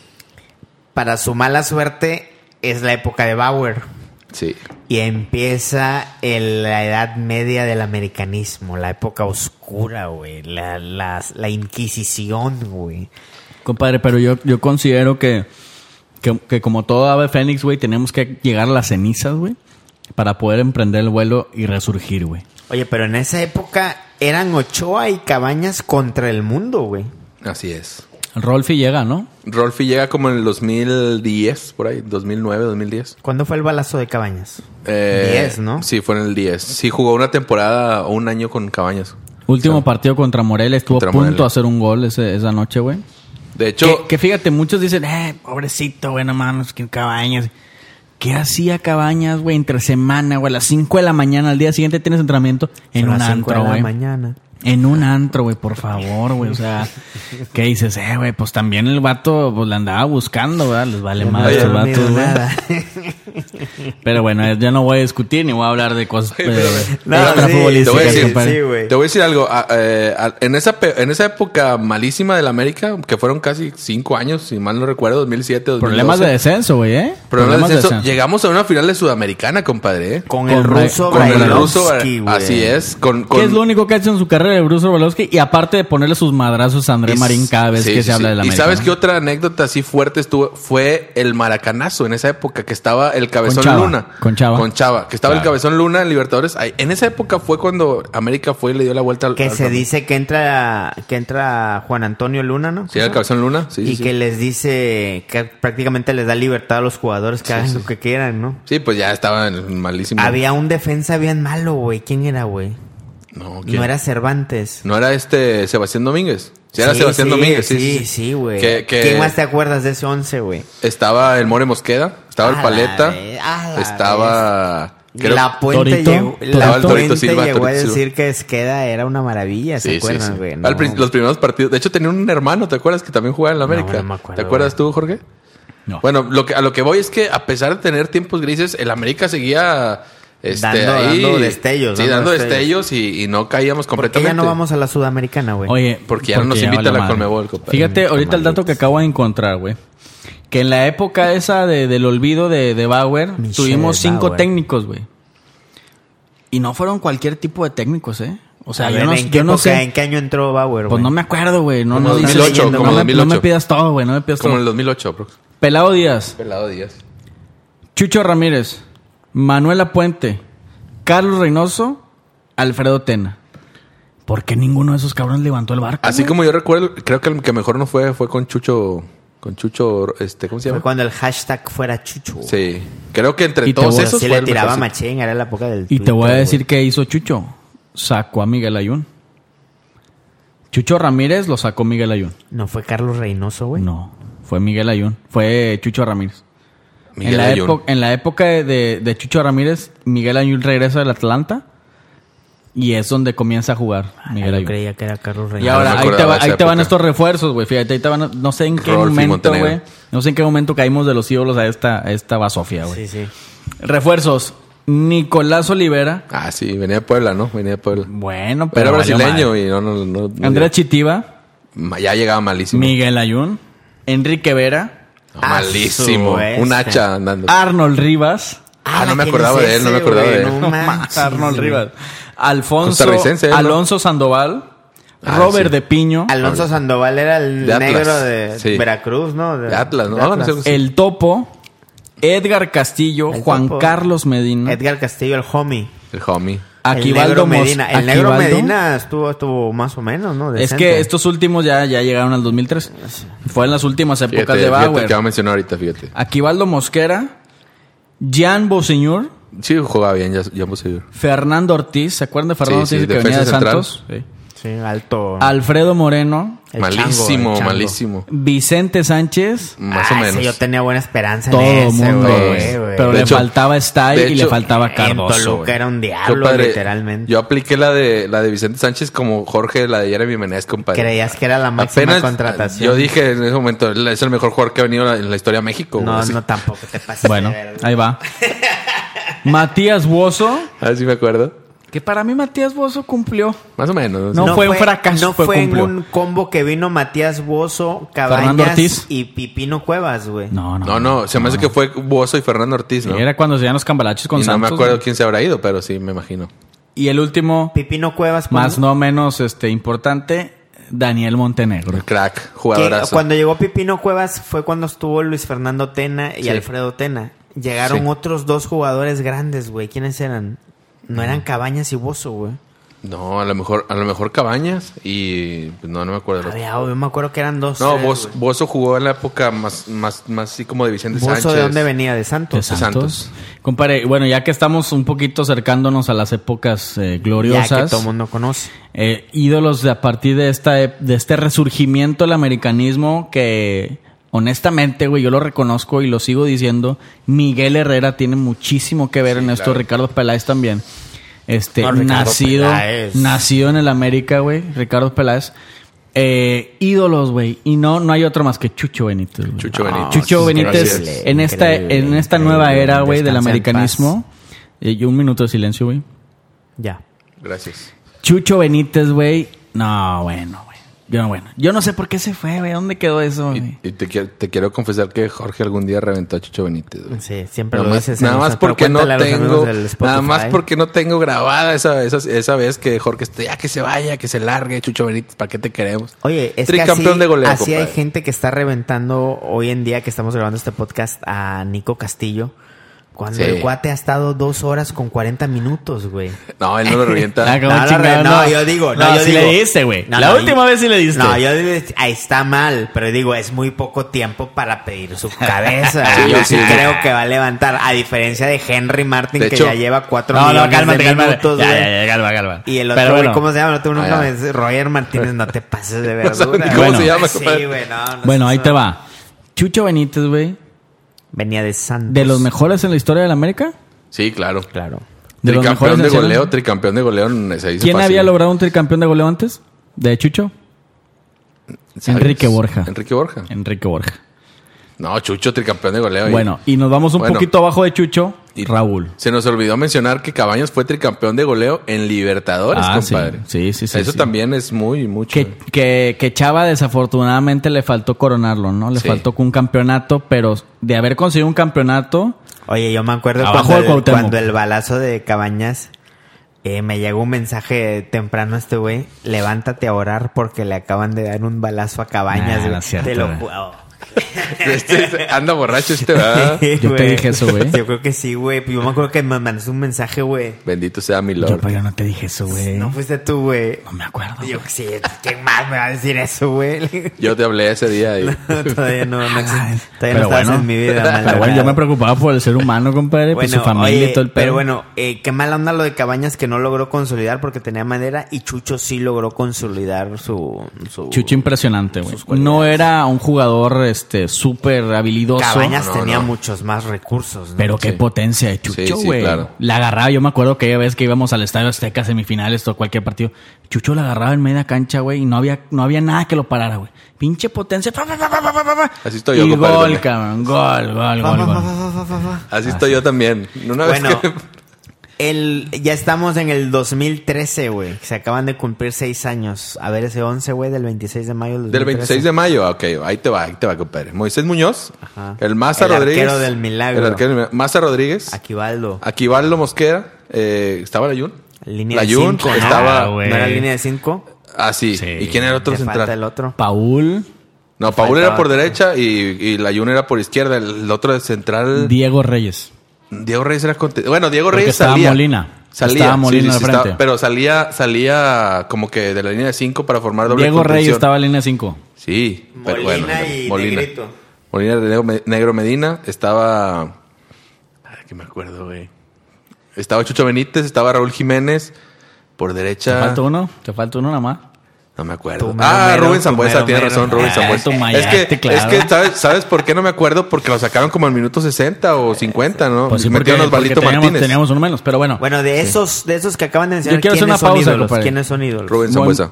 E: Para su mala suerte, es la época de Bauer.
D: Sí.
E: Y empieza el- la edad media del americanismo, la época oscura, güey. La, las- la Inquisición, güey.
C: Compadre, pero yo, yo considero que, que, que como todo ave fénix, güey, tenemos que llegar a las cenizas, güey, para poder emprender el vuelo y resurgir, güey.
E: Oye, pero en esa época eran Ochoa y Cabañas contra el mundo, güey.
D: Así es.
C: Rolfi llega, ¿no?
D: Rolfi llega como en el 2010, por ahí, 2009, 2010.
E: ¿Cuándo fue el balazo de Cabañas?
D: Eh,
E: 10, ¿no?
D: Sí, fue en el 10. Sí, jugó una temporada o un año con Cabañas.
C: Último
D: Sí.
C: partido contra Morelia, estuvo
D: Contra
C: a punto
D: Morelia.
C: de hacer un gol ese- esa noche, güey.
D: De hecho,
C: que, que fíjate, muchos dicen, eh, pobrecito, güey, no mames, que Cabañas. ¿Qué hacía Cabañas, güey, entre semana, güey? A las 5 de la mañana, al día siguiente tienes entrenamiento en
E: Son
C: un
E: las cinco
C: antro,
E: de la
C: güey.
E: mañana.
C: En un antro, güey, por favor, güey. O sea, ¿qué dices? Eh, güey, pues también el vato pues, la andaba buscando, ¿verdad? Les vale
E: Ya no
C: madre
E: había
C: el
E: dormido
C: vato, güey.
E: nada.
C: Pero bueno, eh, ya no voy a discutir ni voy a hablar de cosas eh,
E: No,
C: extrafutbolísticas,
D: Te voy a decir,
C: compadre.
E: sí, güey.
D: te voy a decir algo. A- eh, a- en, esa pe- en esa época malísima del América, que fueron casi cinco años, si mal no recuerdo, 2007, 2012.
C: Problemas de descenso, güey, ¿eh?
D: Problemas de descenso. Llegamos a una final de Sudamericana, compadre. ¿eh?
E: Con el
C: Correcto.
E: ruso
D: Con el
E: Brailovsky,
D: ruso. eh,
E: güey.
D: Así es. Con, con-
C: Que es lo único que ha hecho en su carrera de Bruce Orlovsky? Y aparte de ponerle sus madrazos a André
D: y-
C: Marín cada vez
D: sí,
C: que
D: sí,
C: se habla
D: sí.
C: de la
D: Y
C: América,
D: sabes
C: ¿no?
D: que otra anécdota así fuerte estuvo fue el maracanazo en esa época que estaba el cabezón
C: Chava,
D: Luna.
C: con Chava.
D: Con Chava. Que estaba el
C: Claro.
D: cabezón Luna en Libertadores. Ahí- En esa época fue cuando América fue y le dio la vuelta al
E: Que
D: al
E: se
D: campeón.
E: dice que entra, que entra Juan Antonio Luna, ¿no?
D: Sí, era el cabezón Luna. Sí, sí,
E: y
D: sí.
E: que les dice que prácticamente les da libertad a los jugadores que hagan lo que quieran, ¿no?
D: Sí, pues ya estaba en malísimo.
E: Había un defensa bien malo, güey. ¿Quién era, güey?
D: No, ¿quién?
E: No era Cervantes.
D: ¿No era este Sebastián Domínguez. Sí, era
E: Sí,
D: Sebastián
E: sí,
D: Domínguez. Sí,
E: sí, sí, güey.
D: Que, que
E: ¿Quién más te acuerdas de ese once, güey?
D: Estaba el More Mosqueda. Estaba
E: A
D: el
E: la
D: Paleta.
E: ve- a la
D: estaba. creo-
E: La puente
C: Torito,
E: llegó,
D: Torito.
E: la
D: Torito
E: puente
D: Silva,
E: llegó a
D: Torito Silva.
E: decir que Esqueda era una maravilla, ¿se
D: Sí, sí,
E: acuerdan,
D: sí.
E: güey?
D: Al
E: No.
D: prin- los primeros partidos. De hecho, tenía un hermano, ¿te acuerdas? Que también jugaba en la América.
E: no me acuerdo,
D: ¿Te acuerdas
E: güey.
D: tú, Jorge?
C: No.
D: Bueno, lo que, a lo que voy es que a pesar de tener tiempos grises, el América seguía. Este,
E: Dando-
D: ahí-
E: dando destellos,
D: Sí,
E: dando
D: dando
E: destellos.
D: destellos, y, y no caíamos
E: ¿Por qué
D: completamente.
E: ya no vamos a la Sudamericana, güey?
C: Oye,
D: Porque ya no nos invita
C: valió
D: la
C: madre.
D: Conmebol, compadre.
C: Fíjate, ahorita el dato
E: Malditos.
C: que acabo de encontrar, güey. Que en la época esa de- del olvido de, de Bauer,
E: Michel
C: tuvimos cinco
E: Bauer.
C: técnicos, güey. Y no fueron cualquier tipo de técnicos, ¿eh? O sea,
E: A
C: yo,
E: ver,
C: no,
E: ¿en,
C: yo
E: qué
C: no
E: época-
C: sé.
E: ¿En qué año entró Bauer,
C: Pues
E: güey?
C: no me acuerdo, güey. No,
D: Como
C: no, dice
D: 2008,
C: leyenda.
D: como
C: no, me- no me
D: 2008.
C: pidas todo, güey. No me pidas
D: Como en el
C: todo.
D: 2008, bro.
C: Pelado Díaz,
D: Pelado Díaz.
C: Chucho Ramírez, Manuela Puente, Carlos Reynoso, Alfredo Tena. ¿Por qué ninguno de esos cabrones levantó el barco?
D: Así
C: güey?
D: como yo recuerdo, creo que el que mejor no fue fue con Chucho, con Chucho, este, ¿cómo se
E: Fue
D: llama?
E: cuando el hashtag fuera chucho. güey.
D: Sí. Creo que entre
C: Y te voy
D: todos
C: a
E: Pero
D: esos
E: sí
D: fue
E: le
D: el
E: tiraba
D: mejorcito.
E: machín, era la época del
C: Y te
E: Twitter,
C: voy a
E: güey.
C: decir qué hizo Chucho. Sacó a Miguel Ayun. Chucho Ramírez lo sacó Miguel Ayun.
E: ¿No fue Carlos Reynoso, güey?
C: No, fue Miguel Ayun. Fue Chucho Ramírez.
D: Miguel
C: en, la
D: Ayun.
C: epo- en la época de, de- de Chucho Ramírez, Miguel Ayun regresa del Atlanta y es donde comienza a jugar
E: Ah,
C: Miguel
E: yo
C: Ayun.
E: creía que era Carlos
C: Y
E: Reynoso.
D: No
C: ahora
D: me
C: ahí, te,
D: acordaba
C: va-
D: esa
C: ahí te van
D: época.
C: estos refuerzos, güey. Fíjate, ahí te van. No sé en qué
D: Rolfi
C: momento,
D: Montenegro.
C: güey. No sé en qué momento caímos de los ídolos a esta, a esta basofia, güey.
E: Sí, sí.
C: Refuerzos. Nicolás Olivera.
D: Ah, sí, venía de Puebla, ¿no? Venía de Puebla.
E: Mm,
C: Bueno, pero.
D: Era
C: valió
D: brasileño
C: madre.
D: y no, no, no. no-
C: Andrea Chitiva.
D: Ma- ya llegaba malísimo.
C: Miguel Ayun. Enrique Vera.
D: No, malísimo.
E: Ah, su
D: Un
E: bestia.
D: hacha andando.
C: Arnold Rivas.
D: Ah, no me
E: ¿quién
D: acordaba
E: es
D: de él, no me
E: ese,
D: acordaba de
E: güey?
D: él.
C: (laughs)
E: No
C: Ma-
E: manches,
C: Arnold
E: güey.
C: Rivas. Alfonso.
D: Costarricense, él, ¿no?
C: Alonso Sandoval.
D: Ah,
C: Robert
D: sí.
C: de Piño.
E: Alonso Sandoval era el
D: De Atlas,
E: negro de
D: sí.
E: Veracruz, ¿no?
D: De Atlas, ¿no? Ah, no sé, sí.
C: El Topo. Edgar Castillo.
E: El
C: Juan
E: Topo.
C: Carlos Medina.
E: Edgar Castillo, el homie.
D: El homie.
C: Aquivaldo
E: el negro
C: Mos-
E: Medina. El negro
C: Aquivaldo.
E: Medina estuvo, estuvo más o menos, ¿no?
C: Es
E: Decente.
C: que estos últimos ya, ya llegaron al 2003. Fue en las últimas épocas
D: Fíjate,
C: de
D: fíjate el que va a
C: Bauer.
D: mencionar ahorita, fíjate.
C: Aquivaldo Mosquera. Jan Boseñor.
D: Sí, jugaba bien, ya, ya hemos seguido.
C: Fernando Ortiz. ¿Se acuerdan de Fernando
D: Sí, sí,
C: Ortiz que venía de
D: defensa central.
C: Santos? Sí.
E: Sí, alto.
C: Alfredo Moreno.
E: el chango,
D: Malísimo,
E: el chango.
D: malísimo.
C: Vicente Sánchez.
D: Más o
E: Ah, ese
D: menos.
E: yo tenía buena esperanza
C: Todo
E: en
C: el
E: ese,
C: mundo,
E: güey,
C: güey.
E: güey.
C: Pero
D: De
C: le
D: hecho-
C: faltaba Style
D: de
C: y le
D: hecho,
C: faltaba
E: En
C: Cardoso.
E: Toluca
C: güey.
E: era un diablo,
D: Compadre,
E: literalmente.
D: Yo apliqué la de la de Vicente Sánchez como Jorge, la de Jeremy Menez, compadre.
E: Creías que era la máxima
D: Apenas-
E: contratación.
D: Yo dije en ese momento, "Él es el mejor jugador que ha venido en la historia de México.
E: No,
D: güey". Así-
E: no, tampoco te pases.
C: Bueno,
E: de verga.
C: ahí va. Matías Bozo.
D: (laughs) Así me acuerdo.
C: Que para mí Matías Bozo cumplió.
D: Más o menos.
C: No. fue un fracaso,
E: No
C: fue
E: fue, en
C: cumplió.
E: un combo que vino Matías Bozo,
C: Fernando Ortiz.
E: Cabañas y Pipino Cuevas, güey.
C: No, no.
D: No, no, se me hace que fue Bozo y Fernando Ortiz, ¿no?
C: Era cuando se iban los cambalaches con
D: y no
C: Santos.
D: me acuerdo
C: güey.
D: quién se habrá ido, pero sí, me imagino.
C: Y el último,
E: Pipino Cuevas. ¿cómo?
C: más no menos este importante, Daniel Montenegro.
D: Un crack,
E: Que
D: jugadorazo.
E: cuando llegó Pipino Cuevas fue cuando estuvo Luis Fernando Tena y
D: Sí.
E: Alfredo Tena. Llegaron
D: Sí.
E: otros dos jugadores grandes, güey. ¿Quiénes eran? No
C: Mm.
E: eran Cabañas y Bozo, güey.
D: No, a lo mejor, a lo mejor Cabañas y pues, no, no me acuerdo.
E: Había- Yo me acuerdo que eran dos.
D: No,
E: tres,
D: Bozo,
E: güey.
D: Bozo jugó en la época más, más, más así como de Vicente
E: Bozo
D: Sánchez.
E: de dónde venía, de Santos.
D: De Santos.
C: Compare, bueno, ya que estamos un poquito acercándonos a las épocas eh, gloriosas.
E: Ya que todo el mundo conoce.
C: Eh, ídolos de a partir de esta ep- de este resurgimiento del americanismo que honestamente, güey, yo lo reconozco y lo sigo diciendo, Miguel Herrera tiene muchísimo que ver en esto, Ricardo Peláez también. Este,
E: No, Ricardo
C: nacido,
E: Peláez.
C: nacido en el América, güey, Ricardo Peláez. Eh, ídolos, güey, y no no hay otro más que Chucho Benítez. güey.
D: Chucho
E: Ah.
D: Benítez.
C: Chucho
D: sí,
C: Benítez
D: gracias.
C: en esta
E: Increíble,
C: en esta
E: increíble.
C: nueva era, güey, del
E: Descansa en
C: americanismo. Eh, y un minuto de silencio, güey.
E: Ya.
D: Gracias.
C: Chucho Benítez, güey. No, bueno, güey. Yo no, bueno. Yo no sé por qué se fue, güey. ¿Dónde quedó eso, güey?
D: Y, y te, quiero- te quiero confesar que Jorge algún día reventó a Chucho Benítez. güey.
E: Sí, siempre
D: Nada
E: lo
D: más,
E: dices.
D: nada
E: Eros,
D: más
E: pero
D: porque no
E: cuéntale a los amigos
D: tengo
E: del
D: nada más
E: Spotify.
D: porque no tengo grabada esa, esa, esa vez que Jorge está ya que se vaya, que se largue Chucho Benítez, ¿para qué te queremos?
E: Oye, es que
D: Tricampeón
E: así,
D: de goleo,
E: así hay
D: compadre.
E: gente que está reventando hoy en día que estamos grabando este podcast a Nico Castillo. Cuando
D: Sí.
E: el cuate ha estado dos horas con 40 minutos, güey.
D: No, él no lo revienta.
C: (laughs) Ah,
E: No,
C: cabrón,
E: no,
C: chingado,
E: no, yo digo, no, yo
C: sí
E: digo.
C: le diste, güey.
E: No,
C: La
E: no,
C: última
E: y-
C: vez sí le diste.
E: No, yo digo, ahí está mal, pero digo, es muy poco tiempo para pedir su cabeza.
D: (laughs) Sí,
E: yo
D: sí.
E: sí, creo que va a levantar, a diferencia de Henry Martin,
D: De
E: que
D: hecho-
E: ya lleva cuatro
C: No, no,
E: millones
C: cálmate,
E: de
C: cálmate.
E: minutos,
C: ya,
E: güey.
C: ya, ya, calma, calma.
E: Y el otro,
C: Pero
E: güey,
C: bueno,
E: ¿cómo se llama? No tengo
D: Ah,
E: nunca
D: ya.
E: me- Roger Martínez, no te pases
D: (laughs)
E: de
D: No
E: verdura.
D: saben ni cómo
C: se
D: llama,
E: Sí,
D: compadre.
E: güey, no, no
C: bueno,
E: sé
C: ahí
E: eso.
C: te va. Chucho Benítez, güey.
E: Venía de Santos.
C: De los mejores en la historia de la América.
D: Sí, claro.
E: Claro.
C: De los mejores
D: tricampeón de
C: nacionales.
D: goleo, tricampeón de goleo. se dice
C: ¿Quién
D: fácil.
C: había logrado un tricampeón de goleo antes? ¿De Chucho?
D: ¿Sabes?
C: Enrique Borja. Eh.
D: Enrique Borja.
C: Enrique Borja.
D: No, Chucho, tricampeón de goleo. y-
C: Bueno, y nos vamos un
D: Bueno.
C: poquito abajo de Chucho.
D: y
C: Raúl.
D: Se nos olvidó mencionar que Cabañas fue tricampeón de goleo en Libertadores,
C: Ah, sí.
D: compadre.
C: Sí, sí, sí,
D: Eso
C: sí.
D: también es muy, mucho.
C: Que, que, que Chava desafortunadamente le faltó coronarlo, ¿no? Le
D: Sí.
C: faltó un campeonato, pero de haber conseguido un campeonato,
E: Oye, yo me acuerdo
C: Abajo
E: cuando
C: de
E: el,
C: Cuauhtémoc.
E: cuando el balazo de Cabañas Eh, me llegó un mensaje temprano este güey. Levántate a orar porque le acaban de dar un balazo a
C: Nah,
E: cabañas,
C: no
E: güey.
C: es cierto,
E: Te lo
C: güey.
E: juro.
D: (laughs) Este es- anda borracho este,
E: (laughs)
D: ¿verdad?
C: Yo te
E: Güey.
C: dije eso, güey.
E: Yo creo que sí, güey. Yo me acuerdo que me mandaste un mensaje, güey.
D: Bendito sea mi
C: Yo,
D: Lord.
C: pero yo no te dije eso, güey.
E: No
C: No,
E: fuiste tú, güey.
C: me acuerdo.
E: Yo sí, ¿quién más me va a decir eso, güey? (laughs)
D: Yo te hablé ese día y
E: todavía no, no, exist- todavía
C: Pero
E: no estabas
C: bueno.
E: en mi vida.
C: Pero bueno, yo me preocupaba por el ser humano, compadre, por su familia
E: oye,
C: y todo el pedo.
E: Pero bueno, eh, qué mala onda lo de Cabañas que no logró consolidar porque tenía madera y Chucho sí logró consolidar su... su
C: Chucho impresionante, güey.
E: sus cualidades.
C: No era un jugador este súper habilidoso.
E: Cabañas
D: No,
E: tenía
D: no.
E: muchos más recursos, ¿no?
C: Pero qué
D: Sí.
C: potencia de
D: Sí,
C: Chucho,
D: sí,
C: güey.
D: claro.
C: La agarraba, yo me acuerdo que vez que íbamos al Estadio Azteca, semifinales o cualquier partido, Chucho la agarraba en media cancha, güey, y no había, no había nada que lo parara, güey. Pinche potencia. fa, fa, fa, fa, fa, fa, fa.
D: Así estoy yo,
C: Y
D: compadre,
C: gol,
D: también.
C: cabrón. Gol, gol, gol, gol.
D: así estoy yo también. Una vez
E: Bueno, (laughs)
D: que-
E: el, ya estamos en el 2013, güey. Se acaban de cumplir seis años. A ver, ese 11, güey, del 26 de mayo
D: Del 26 de mayo, ah, ok, ahí te va, ahí te va, compadre. Moisés Muñoz,
E: Ajá.
D: el Maza
E: El
D: Rodríguez.
E: arquero del milagro.
D: El arquero del milagro. Maza Rodríguez.
E: Aquivaldo.
D: Aquivaldo Mosquera. eh, estaba la Jun.
E: Línea
D: Ah, la
E: de
D: Jun
E: cinco, ¿no?
D: estaba.
C: Ah, güey.
E: ¿No era línea de 5?
D: Ah, sí.
C: Sí.
D: ¿Y quién era el otro
E: Le falta el
D: central?
E: otro.
C: Paul
D: No, Paul
E: Faltaba
D: era por
E: otro.
D: derecha y, y la Jun era por izquierda. El, el otro central.
C: Diego Reyes.
D: Diego Reyes era conte- Bueno, Diego
C: Porque
D: Reyes
C: estaba
D: salía.
C: Molina.
D: Salía.
C: Estaba
D: sí,
C: Molina
D: sí,
C: al
D: sí,
C: frente.
D: estaba- pero salía, salía como que de la línea de 5 para formar doble
C: Diego Reyes
D: contención.
C: estaba en línea 5.
D: Sí, pero
E: Molina
D: bueno.
E: y Negrito.
D: Molina de Negro, Me- Negro Medina. Estaba. Ay, que me acuerdo, güey. Estaba Chucho Benítez, estaba Raúl Jiménez. Por
C: ¿Te
D: derecha.
C: falta uno? ¿Te falta uno nada más?
D: No me
E: Tu
D: acuerdo.
E: mero,
D: Ah,
E: mero,
D: Rubén
E: tu
D: Zambuesa,
E: mero,
D: tienes
E: mero.
D: razón, Rubén
C: Ah,
D: Zambuesa.
C: tu
D: Es
C: mayate,
D: que,
C: claro.
D: es que ¿sabes, ¿sabes por qué no me acuerdo? Porque lo sacaron como al minuto 60 o 50, ¿no?
C: Pues sí,
D: Y
C: porque,
D: metieron a
C: porque
D: Osvaldito
C: teníamos,
D: Martínez.
C: teníamos uno menos, pero bueno.
E: Bueno, de esos, de esos que acaban de mencionar,
C: Yo quiero hacer
E: ¿quiénes,
C: una
E: son
C: pausa,
E: ídolos?
C: compadre.
E: ¿quiénes son ídolos?
D: Rubén
C: Bueno,
D: Zambuesa.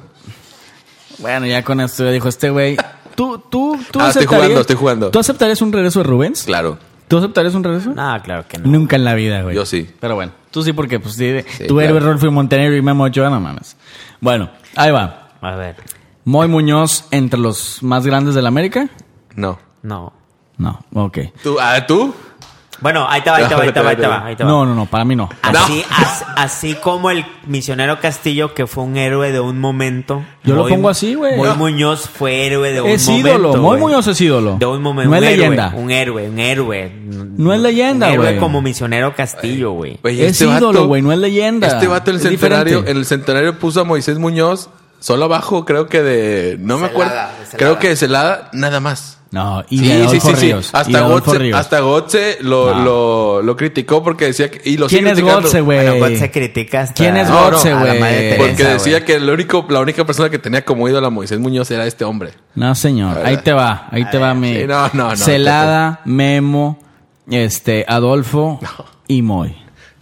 C: Bueno, ya con esto ya dijo este güey. Tú, tú, tú
D: Ah, estoy
C: aceptarías-
D: jugando, estoy jugando.
C: ¿Tú aceptarías un regreso de Rubens?
D: Claro.
C: ¿Tú aceptarías un regreso?
E: No, claro que no.
C: Nunca en la vida, güey.
D: Yo sí.
C: Pero bueno, tú sí porque pues sí,
D: Sí,
C: tu héroe
D: claro.
C: Rolfo Montenegro y Memo Ochoa, no mames. Bueno, ahí va.
E: A ver,
C: Moy Muñoz entre los más grandes de la América?
D: No.
E: no.
C: No, ok.
D: ¿Tú? Ah, ¿tú?
E: Bueno, ahí te va, ahí te va, ahí te va, ahí te va. ahí te va.
C: No, no, no, para mí no.
E: Así, as- así como el misionero Castillo, que fue un héroe de un momento.
C: Yo lo
E: Moy-
C: pongo así, güey.
E: Moy
C: No.
E: Muñoz fue héroe de un
C: Es
E: momento.
C: ídolo, Moy
E: güey.
C: Muñoz es ídolo.
E: De un momento.
C: No es
E: un héroe,
C: leyenda.
E: Un héroe, un héroe.
C: No es leyenda,
E: Un héroe
C: güey.
E: como misionero Castillo, güey.
D: Oye,
C: Es ídolo, güey, no es leyenda.
D: Este vato en el
C: Es
D: centenario,
C: diferente.
D: en el centenario puso a Moisés Muñoz solo abajo, creo que de. No me
E: Celada,
D: acuerdo.
E: de Celada.
D: Creo que de Celada, nada más.
C: No, y de Adolfo Ríos. y de
D: Hasta
C: Adolfo
D: Gotze,
C: Ríos.
D: hasta Gotze lo,
C: No.
D: lo, lo criticó porque decía que. Y lo
C: ¿Quién
D: sigue
C: es
D: criticando.
C: Gotze, güey?
E: Bueno, God se critica hasta
C: ¿Quién es
D: No, no,
C: Gotze,
E: a la
C: güey?
E: madre Teresa,
D: Porque decía
E: güey.
D: que el único, la única persona que tenía como ídolo a Moisés Muñoz era este hombre.
C: No, señor. Ahí te va. Ahí te va mi.
D: Sí, no, no, no.
C: Celada, Memo, este, Adolfo y Moy.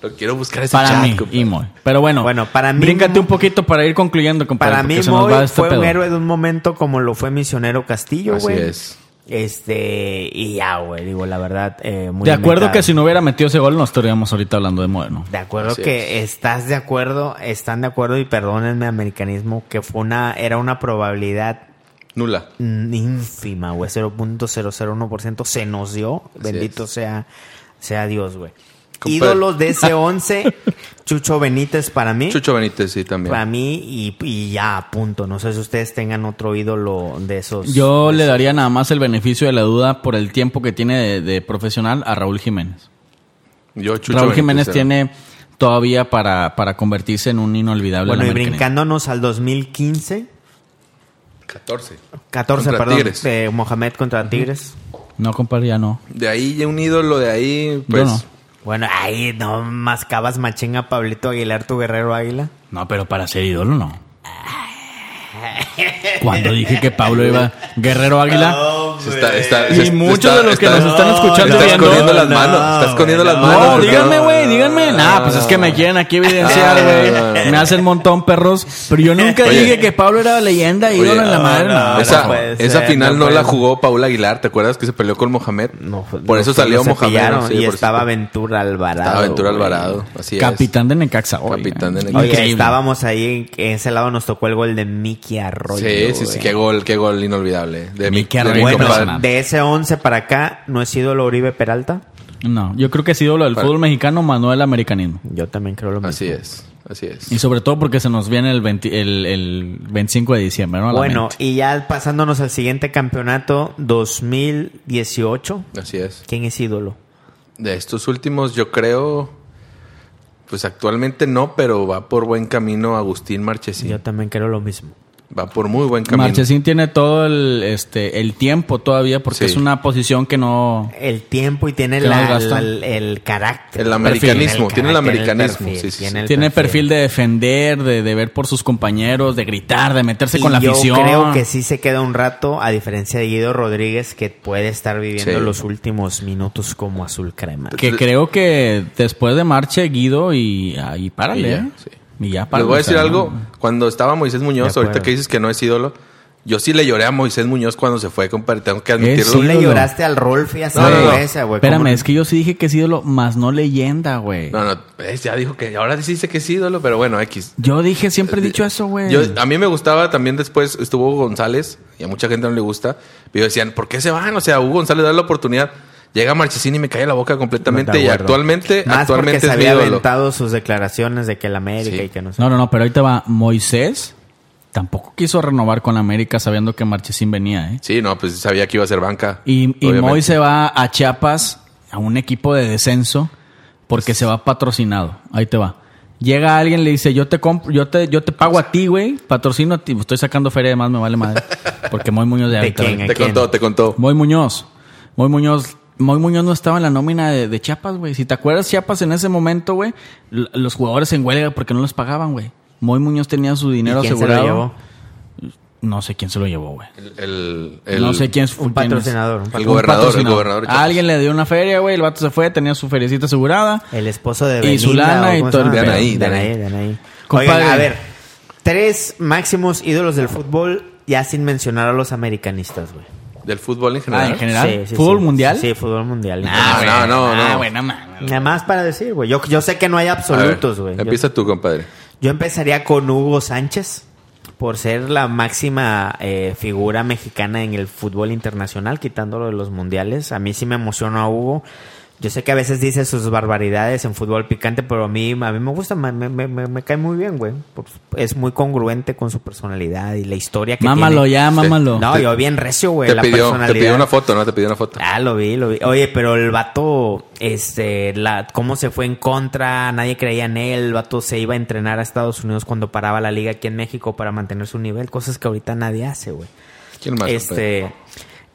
D: Lo quiero buscar ese
C: Para
D: chat,
C: mí,
D: compadre.
C: y Moy. Pero bueno,
E: Bueno, para mí-
C: Bríncate un poquito para ir concluyendo, compadre.
E: Para mí,
C: porque se nos va
E: Moy
C: este
E: fue
C: pedo.
E: un héroe de un momento como lo fue Misionero Castillo,
D: Así
E: güey.
D: es.
E: Este, y ya, güey, digo, la verdad, eh, muy
C: De acuerdo
E: limitado.
C: que si no hubiera metido ese gol, no estaríamos ahorita hablando de Moy, ¿no?
E: De acuerdo
D: Así
E: que estás de acuerdo, están de acuerdo y perdónenme americanismo, que fue una, era una probabilidad
D: Nula.
E: mm, ínfima, güey, 0.001%, se nos dio, bendito
D: es.
E: sea, sea Dios, güey.
D: Compadre.
E: Ídolos de
D: (laughs)
E: ese 11, Chucho Benítez para mí.
D: Chucho Benítez, sí, también.
E: Para mí y, y ya, punto. No sé si ustedes tengan otro ídolo de esos.
C: Yo le daría nada más el beneficio de la duda por el tiempo que tiene de, de profesional a Raúl Jiménez.
D: Yo, Chucho
C: Raúl Jiménez
D: era.
C: tiene todavía para, para convertirse en un inolvidable.
E: Bueno, y
C: americanista.
E: brincándonos al 2015,
D: 14.
E: 14,
D: Contra
E: perdón,
D: Tigres.
E: eh, Mohamed contra Tigres.
C: No, compadre, ya no.
D: De ahí ya un ídolo, de ahí, pues.
C: no.
E: Bueno, ahí no mascabas machinga Pablito Aguilar, tu guerrero águila.
C: No, pero para ser ídolo no. (laughs) Cuando dije que Pablo iba Guerrero Águila.
D: Se está, está,
C: Y
D: se- se
C: muchos de los que nos están escuchando
D: Está
C: viendo-
D: escondiendo las
E: No,
D: manos. Está escondiendo
E: güey,
D: las
E: no,
D: manos.
C: No,
E: no,
C: díganme,
E: no,
C: güey, díganme. Nah, pues es que me quieren aquí evidenciar,
D: (laughs) No,
C: güey.
D: no, no, no.
C: Me hacen montón perros. Pero yo nunca
D: Oye.
C: dije que Pablo era leyenda,
D: Oye,
C: ídolo en la
D: no,
C: madre.
E: no,
C: No,
D: esa
E: no puede
D: esa
E: ser,
D: final
E: no
D: no,
E: puede
D: la
E: ser.
D: jugó Paula Aguilar. ¿Te acuerdas que se peleó con Mohamed? por eso
E: no,
D: salió
E: no se
D: Mohamed.
E: pillaron,
D: sí,
E: y
D: por eso-
E: estaba Ventura Alvarado.
D: Estaba Ventura
E: güey.
D: Alvarado. Así
C: Capitán de Necaxa. hoy,
D: Capitán
C: güey.
D: de Necaxa.
E: Oye,
C: Increíble.
E: estábamos ahí, en, en ese lado nos tocó el gol de Mickey
D: es.
E: Arroyo.
D: Sí, sí, sí.
E: güey.
D: Qué gol, qué gol inolvidable. De mi,
C: Mickey
D: de mi
C: Arroyo,
D: compadre.
C: no,
E: Bueno, de ese 11 para acá, ¿no es ídolo Uribe Peralta?
C: No, yo creo que es ídolo del
D: Para-
C: fútbol mexicano, Manuel americanismo.
E: Yo también creo lo mismo.
D: Así es. Así es.
C: Y sobre todo porque se nos viene el, 20 el, el 25 de diciembre, ¿no? A la
E: Bueno,
C: mente.
E: y ya pasándonos al siguiente campeonato, 2018.
D: Así es.
E: ¿Quién es ídolo?
D: De estos últimos, yo creo. Pues actualmente no, pero va por buen camino Agustín Marchesín.
E: Yo también creo lo mismo.
D: Va por muy buen camino.
C: Marchesín tiene todo el, este, el tiempo todavía porque
D: Sí.
C: es una posición que no...
E: El tiempo y tiene
C: ¿Qué
E: la-
C: más, Gastón?
E: la- el, carácter.
D: El americanismo, tiene el americanismo, sí, sí, sí.
C: Tiene perfil de defender, de, de ver por sus compañeros, de gritar, de meterse
E: Y
C: con la
E: yo
C: afición.
E: creo que sí se queda un rato, a diferencia de Guido Rodríguez, que puede estar viviendo
D: Sí.
E: los últimos minutos como azul crema.
C: Que creo que después de Marche, Guido y ahí párale.
D: Y ya,
C: ¿eh?
D: sí.
C: Y ya
D: Les
C: párale,
D: voy a
C: o sea,
D: decir algo.
C: no.
D: Cuando estaba Moisés Muñoz,
E: De
D: ahorita
E: acuerdo.
D: que dices que no es ídolo, yo sí le lloré a Moisés Muñoz cuando se fue, compadre. Tengo que
E: Tú
D: admitirlo.
E: le
C: ídolo.
E: lloraste al Rolfi hasta
D: No,
E: la
D: no, no.
E: cabeza, güey. ¿Cómo
C: Espérame,
E: no?
C: es que yo sí dije que es ídolo, más no leyenda, güey.
D: No, no, eh, ya dijo que ahora sí dice que es ídolo, pero bueno, X.
C: Yo dije, siempre he dicho eso, güey.
D: Eh, Yo, a mí me gustaba también después estuvo Hugo González y a mucha gente no le gusta. Pero decían, ¿por qué se van? O sea, Hugo González da la oportunidad. Llega Marchesín y me cae la boca completamente.
E: De
D: y
E: acuerdo.
D: actualmente,
E: Más
D: actualmente
E: porque
D: es
E: se
D: mi
E: había
D: ídolo.
E: aventado sus declaraciones de que el América
D: Sí.
E: y que no sé.
C: No, no, no, pero ahorita va Moisés. Tampoco quiso renovar con América sabiendo que Marchesín venía, ¿eh?
D: Sí, no, pues sabía que iba a ser banca.
C: Y, y
D: obviamente.
C: Moy se va a Chiapas, a un equipo de descenso, porque se va patrocinado. Ahí te va. Llega alguien, le dice, yo te compro, yo te, yo te pago a ti, güey, patrocino a ti. Estoy sacando feria de más, me vale madre. Porque Moy Muñoz
E: (laughs)
C: de
E: ¿De
C: ahorita,
E: quién,
C: güey.
D: Te
E: ¿Quién?
D: contó, te contó.
C: Moy Muñoz. Moy Muñoz. Moy Muñoz no estaba en la nómina de, de Chiapas, güey. Si te acuerdas, Chiapas en ese momento, güey, l- los jugadores en huelga porque no los pagaban, güey. Moy Muñoz tenía su
E: ¿Y
C: dinero
E: quién se lo
C: asegurado.
E: llevó?
C: No sé quién se lo llevó, güey.
D: El, el- el-
C: no sé quién fue.
E: Un
C: quién es.
E: patrocinador.
D: El
C: Un
D: gobernador, el
C: patrocinador.
D: gobernador. de
C: A alguien le dio una feria, güey. El vato se fue, tenía su feriecita asegurada.
E: El esposo de
C: Y su
E: Belinda,
C: lana
E: ¿o
C: y
E: cómo
C: todo
E: se
C: el
E: llama?
D: pedo. Danaí,
E: Danaí,
D: Danaí.
E: Danaí.
C: Compadre.
E: Oigan, a ver, tres máximos ídolos del fútbol, ya sin mencionar a los americanistas, güey.
D: Chivas. Del fútbol en
C: Ah,
D: general.
C: en general. ¿Fútbol mundial?
E: Sí, fútbol mundial.
D: Ah,
C: güey,
D: no, no,
C: Ah,
D: no.
C: güey, no mames.
E: Nada más para decir, güey. Yo, yo sé que no hay
D: A ver,
E: absolutos, güey. Yo-
D: Empieza tú, compadre.
E: Yo empezaría con Hugo Sánchez por ser la máxima eh, figura mexicana en el fútbol internacional, quitándolo de los mundiales. A mí sí me emociona Hugo. Yo sé que a veces dice sus barbaridades en fútbol picante, pero a mí, a mí me gusta, me, me- me- me cae muy bien, güey. Pues, Es muy congruente con su personalidad y la historia que
C: Mámalo
E: tiene.
C: ya, mámalo.
E: No, yo bien recio, güey,
D: Te
E: la
D: pidió, te
E: personalidad.
D: pidió una foto, ¿no? Te pidió una foto.
E: Ah, lo vi, lo vi. Oye, pero el vato, este, la, cómo se fue en contra, nadie creía en él, el vato se iba a entrenar a Estados Unidos cuando paraba la liga aquí en México para mantener su nivel, cosas que ahorita nadie hace, güey.
D: ¿Quién más? compadre?
E: Este,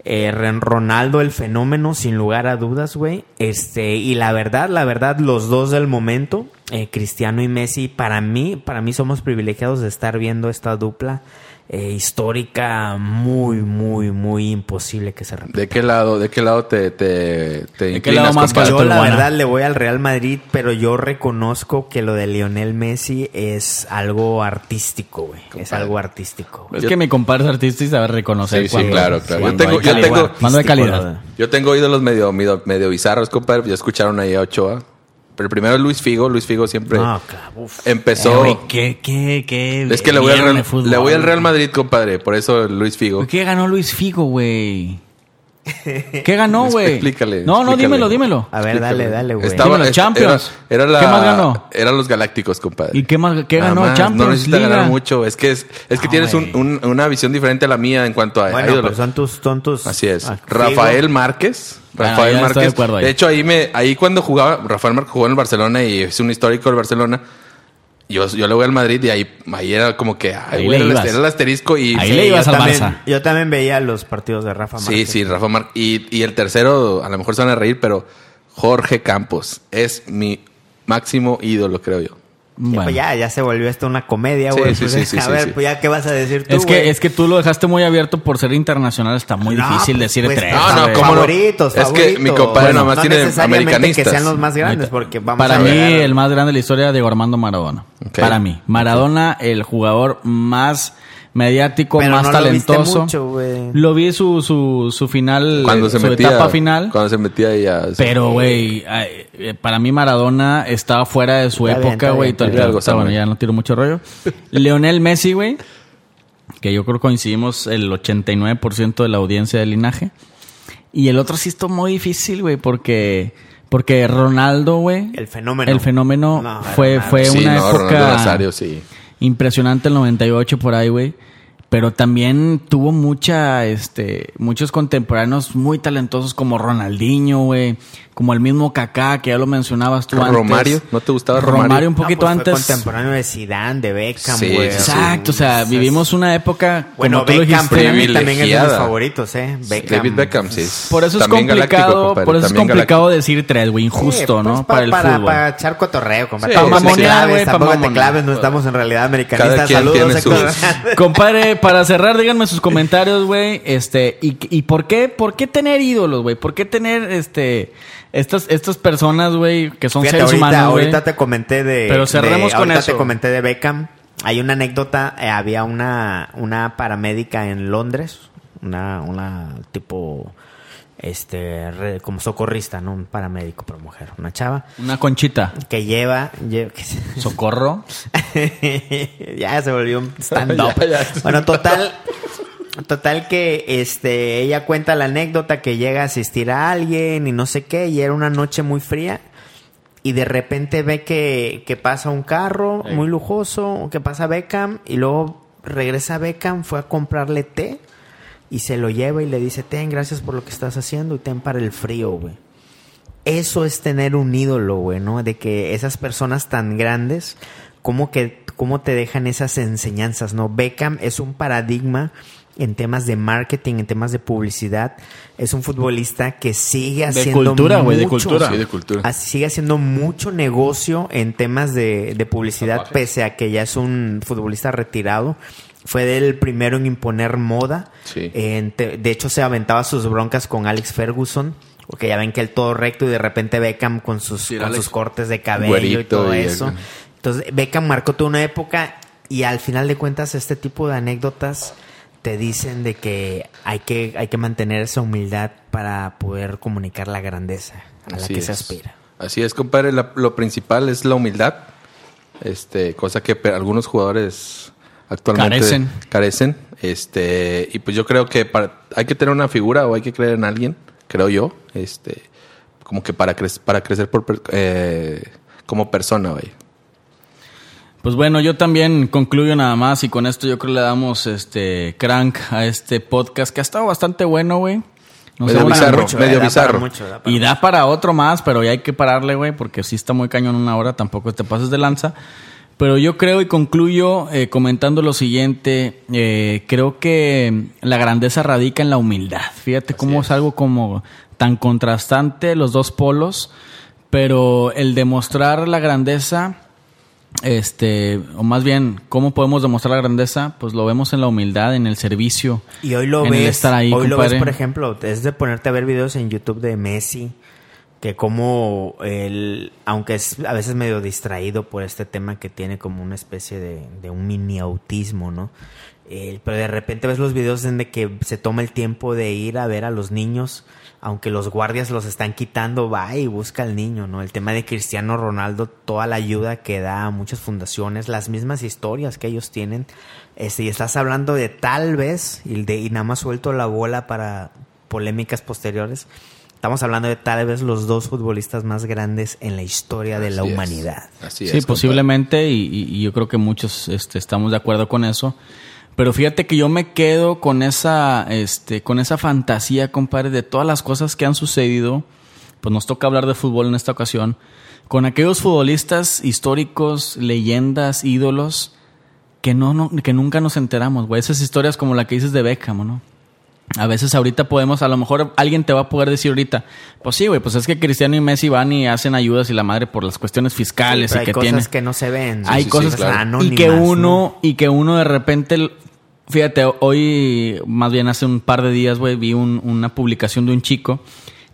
E: eh, Ren- Ronaldo el fenómeno, sin lugar a dudas, güey. Este, y la verdad, la verdad, los dos del momento, eh, Cristiano y Messi, para mí, para mí somos privilegiados de estar viendo esta dupla. eh, histórica muy muy muy imposible que se repita
D: ¿De qué lado, de qué lado te, te, te
C: ¿De qué
D: inclinas,
C: lado más
D: compadre?
E: Yo
C: Pato,
E: la
C: bueno.
E: verdad le voy al Real Madrid, pero yo reconozco que lo de Lionel Messi es algo artístico, güey. Es algo artístico. güey.
C: Es que mi compadre es artista y sabe reconocer.
D: Sí, sí,
C: cuando-
D: claro, claro. Yo
C: cuando
D: tengo-
C: hay
D: yo
C: calidad.
D: tengo-
C: Mando de
E: Artístico,
C: calidad.
E: la
D: Yo tengo ídolos medio, medio, medio bizarros, compadre. Ya escucharon ahí a Ochoa. Pero el primero es Luis Figo. Luis Figo siempre
E: No, Ah, claro, uf.
C: Ah, Eh,
D: empezó.
C: güey, ¿Qué, qué, qué?
D: es que le voy, al
C: vieron
D: Real,
C: de fútbol,
D: le voy al Real
C: güey?
D: Madrid, compadre. Por eso Luis Figo.
C: ¿Por qué ganó Luis Figo, güey? ¿Qué
D: (laughs)
C: ganó,
D: Ex-
C: güey?
D: explícale,
C: No, no,
D: explícale.
C: dímelo, dímelo.
E: A ver, dale, dale, güey.
D: Estaba
C: Dímelo,
D: es-
C: Champions.
D: Era, era la,
C: ¿Qué más ganó?
D: Eran los Galácticos, compadre.
C: ¿Y qué más? ¿Qué
D: Nada
C: ganó?
D: más,
C: Champions
D: No necesitas
C: Liga.
D: ganar mucho. Es que, es, es que
C: No,
D: tienes un-
C: güey.
D: un- una visión diferente a la mía en cuanto a, a
E: Bueno,
D: ídolos.
E: pues son tus, son tus-
D: Así es.
E: ah,
D: Rafael
E: Figo.
D: Márquez.
C: Bueno,
D: Rafael
C: ya estoy
D: Márquez.
C: de acuerdo ahí.
D: De hecho, ahí me, ahí cuando jugaba, Rafael Márquez jugó en el Barcelona y es un histórico del Barcelona. Yo, yo le voy al Madrid y ahí, ahí era como que ay,
C: Ahí
D: güey,
C: le
D: era, el,
C: ibas.
D: era el asterisco y
C: Ahí
D: sí,
C: le ibas
E: yo
C: al
E: también-
C: Barça.
E: Yo también veía los partidos de Rafa
D: Sí,
E: Márquez.
D: sí, Rafa Márquez. Y, y el tercero, a lo mejor se van a reír, pero Jorge Campos es mi máximo ídolo, creo yo.
E: Ya,
C: Bueno.
E: pues ya, ya se volvió esto una comedia,
D: Sí,
E: güey.
D: sí,
E: Pues, (laughs)
D: sí, sí,
E: a
D: sí,
E: ver,
D: sí.
E: pues ya, ¿qué vas a decir tú,
C: Es
E: güey?
C: que, es que tú lo dejaste muy abierto por ser internacional. Está muy
E: No,
C: difícil
E: pues,
C: decir
E: pues,
C: tres.
D: No, no,
C: güey.
D: cómo no.
E: favoritos,
D: Es que mi compadre
E: Bueno,
D: nomás
E: no
D: tiene
E: necesariamente que
D: americanistas.
E: sean los más grandes, porque vamos
C: Para
E: a
C: mí,
E: ver.
C: el más grande de la historia de Diego Armando Maradona.
D: Ok.
C: Para mí. Maradona, el jugador más mediático,
E: Pero
C: más
E: no lo viste
C: talentoso.
E: mucho, güey.
C: Lo vi su, su, su final,
D: Cuando se
C: su
D: metía.
C: etapa final.
D: Cuando se metía ahí a.
C: Pero, güey, ay, eh, para mí Maradona estaba fuera de su
E: Está bien,
C: época,
E: está
C: güey.
E: bien,
C: todo el
D: está bien.
C: pedo. Está bueno, ya no tiro mucho rollo. Leonel Messi, güey, que yo creo coincidimos el 89% de la audiencia del linaje. Y el otro sí está muy difícil, güey, porque Porque Ronaldo, güey.
E: El fenómeno.
C: El fenómeno
E: No,
C: fue,
E: Ronaldo.
C: fue
D: Sí,
C: una
D: no,
C: época.
D: Ronaldo Nazario, sí.
C: Impresionante el 98 por ahí, güey. Pero también tuvo mucha, este, muchos contemporáneos muy talentosos como Ronaldinho, güey. Como el mismo Kaká, que ya lo mencionabas tú antes.
D: Romario, ¿no te gustaba Romario?
C: un
E: No,
C: poquito
E: pues, fue
C: antes.
E: contemporáneo de Zidane, de Beckham,
D: Sí,
E: güey.
D: sí, sí.
C: Exacto, o sea, vivimos una época,
E: Bueno,
C: como tú lo
E: Beckham
C: dijiste,
E: para mí también es de mis
D: privilegiada.
E: favoritos, ¿eh? Beckham.
D: David Beckham, sí.
C: Por eso es
D: También galáctico,
C: complicado,
D: compadre,
C: por eso es
D: también
C: complicado decir tres, güey,
E: Sí,
C: injusto,
E: pues,
C: ¿no?
E: pa-
C: para el
E: para,
C: fútbol.
E: para echar cotorreo, compadre.
D: Sí,
E: Tampoco
D: sí,
E: te
D: sí.
E: claves,
C: güey, pa'
E: tampoco te
C: mamonear.
E: claves, no estamos en realidad
D: Cada
E: americanistas.
D: quien
E: Saludos,
D: tiene
E: Héctor.
D: sus-
E: (laughs)
C: Compadre, para cerrar, díganme sus comentarios, güey. Este, y, y por qué, por qué tener ídolos, güey. ¿Por qué tener este estas, estas personas, güey, que son
E: Fíjate,
C: seres
E: ahorita,
C: humanos? güey?
E: ahorita te comenté de.
C: Pero cerremos
E: de-
C: con
E: ahorita
C: eso.
E: te comenté de Beckham. Hay una anécdota. eh, había una, una paramédica en Londres. Una, una tipo. Este. re- como socorrista, ¿no? Un paramédico, pero mujer. Una chava.
C: Una conchita.
E: Que lleva. lle- (laughs)
C: Socorro.
E: ya se volvió un stand-up. bueno, total. Total que este ella cuenta la anécdota que llega a asistir a alguien y no sé qué, y era una noche muy fría. Y de repente ve que, que pasa un carro muy lujoso, que pasa Beckham, y luego regresa Beckham, fue a comprarle té y se lo lleva y le dice, ten, gracias por lo que estás haciendo y ten para el frío, güey. Eso es tener un ídolo, güey, ¿no? De que esas personas tan grandes, ¿cómo, que, cómo te dejan esas enseñanzas, ¿no? Beckham es un paradigma en temas de marketing, en temas de publicidad. Es un futbolista que sigue haciendo.
C: cultura, güey, de
E: mucho-
C: cultura.
D: Sí, de cultura.
E: Así sigue haciendo mucho negocio en temas de, de publicidad, pese a que ya es un futbolista retirado. Fue del primero en imponer moda.
D: Sí.
E: En te- de hecho, se aventaba sus broncas con Alex Ferguson. Porque ya ven que él todo recto y de repente Beckham con sus,
D: Sí,
E: con
D: Alex.
E: sus cortes de cabello y
D: Güerito
E: todo
D: y el-
E: eso. Entonces, Beckham marcó toda una época y al final de cuentas este tipo de anécdotas te dicen de que hay que, hay que mantener esa humildad para poder comunicar la grandeza a la
D: Así
E: que se
D: es.
E: aspira.
D: Así es, compadre. La- lo principal es la humildad. Este, cosa que pe- algunos jugadores actualmente
C: Carecen.
D: carecen. Este, y pues yo creo que para- hay que tener una figura o hay que creer en alguien, creo yo. Este, como que para, cre- para crecer por per- eh, como persona, güey.
C: Pues bueno, yo también concluyo nada más y con esto yo creo que le damos este crank a este podcast que ha estado bastante bueno, güey. Nos
D: Medio
C: hemos-
D: bizarro,
E: mucho,
D: medio
E: da para
D: bizarro.
E: mucho, da para
C: Y da para otro más, pero ya hay que pararle, güey, porque sí está muy cañón una hora, tampoco te pases de lanza. Pero yo creo y concluyo eh, comentando lo siguiente, eh, creo que la grandeza radica en la humildad. Fíjate cómo es. algo como tan contrastante los dos polos, pero el demostrar la grandeza, este, o más bien, ¿cómo podemos demostrar la grandeza? Pues lo vemos en la humildad, en el servicio.
E: Y hoy lo
C: en el
E: ves,
C: estar ahí,
E: hoy lo ves,
C: compadre.
E: por ejemplo, es de ponerte a ver videos en YouTube de Messi, que como él, aunque es a veces medio distraído por este tema que tiene como una especie de, de un mini autismo, ¿no? Eh, pero de repente ves los videos en de que se toma el tiempo de ir a ver a los niños, aunque los guardias los están quitando, va y busca al niño, ¿no? El tema de Cristiano Ronaldo, toda la ayuda que da a muchas fundaciones, las mismas historias que ellos tienen. Este, y estás hablando de tal vez, y, de, y nada más suelto la bola para polémicas posteriores. Estamos hablando de tal vez los dos futbolistas más grandes en la historia de la
D: Así es.
E: humanidad.
D: Así
C: Sí,
D: es, compadre.
C: posiblemente, y, y- y yo creo que muchos este, estamos de acuerdo con eso. Pero fíjate que yo me quedo con esa, este, con esa fantasía, compadre, de todas las cosas que han sucedido. Pues nos toca hablar de fútbol en esta ocasión. Con aquellos futbolistas históricos, leyendas, ídolos, que, no, no- que nunca nos enteramos, güey. Esas historias como la que dices de Beckham, ¿no? A veces ahorita podemos, a lo mejor alguien te va a poder decir ahorita, pues sí, güey, pues es que Cristiano y Messi van y hacen ayudas y la madre por las cuestiones fiscales y
E: Pero hay
C: que
E: cosas
C: tienen.
E: que no se ven.
C: hay
D: sí,
C: cosas
D: sí, claro.
E: anónimas,
C: y que
E: ¿no?
C: uno y que uno de repente fíjate hoy más bien hace un par de días güey vi un- una publicación de un chico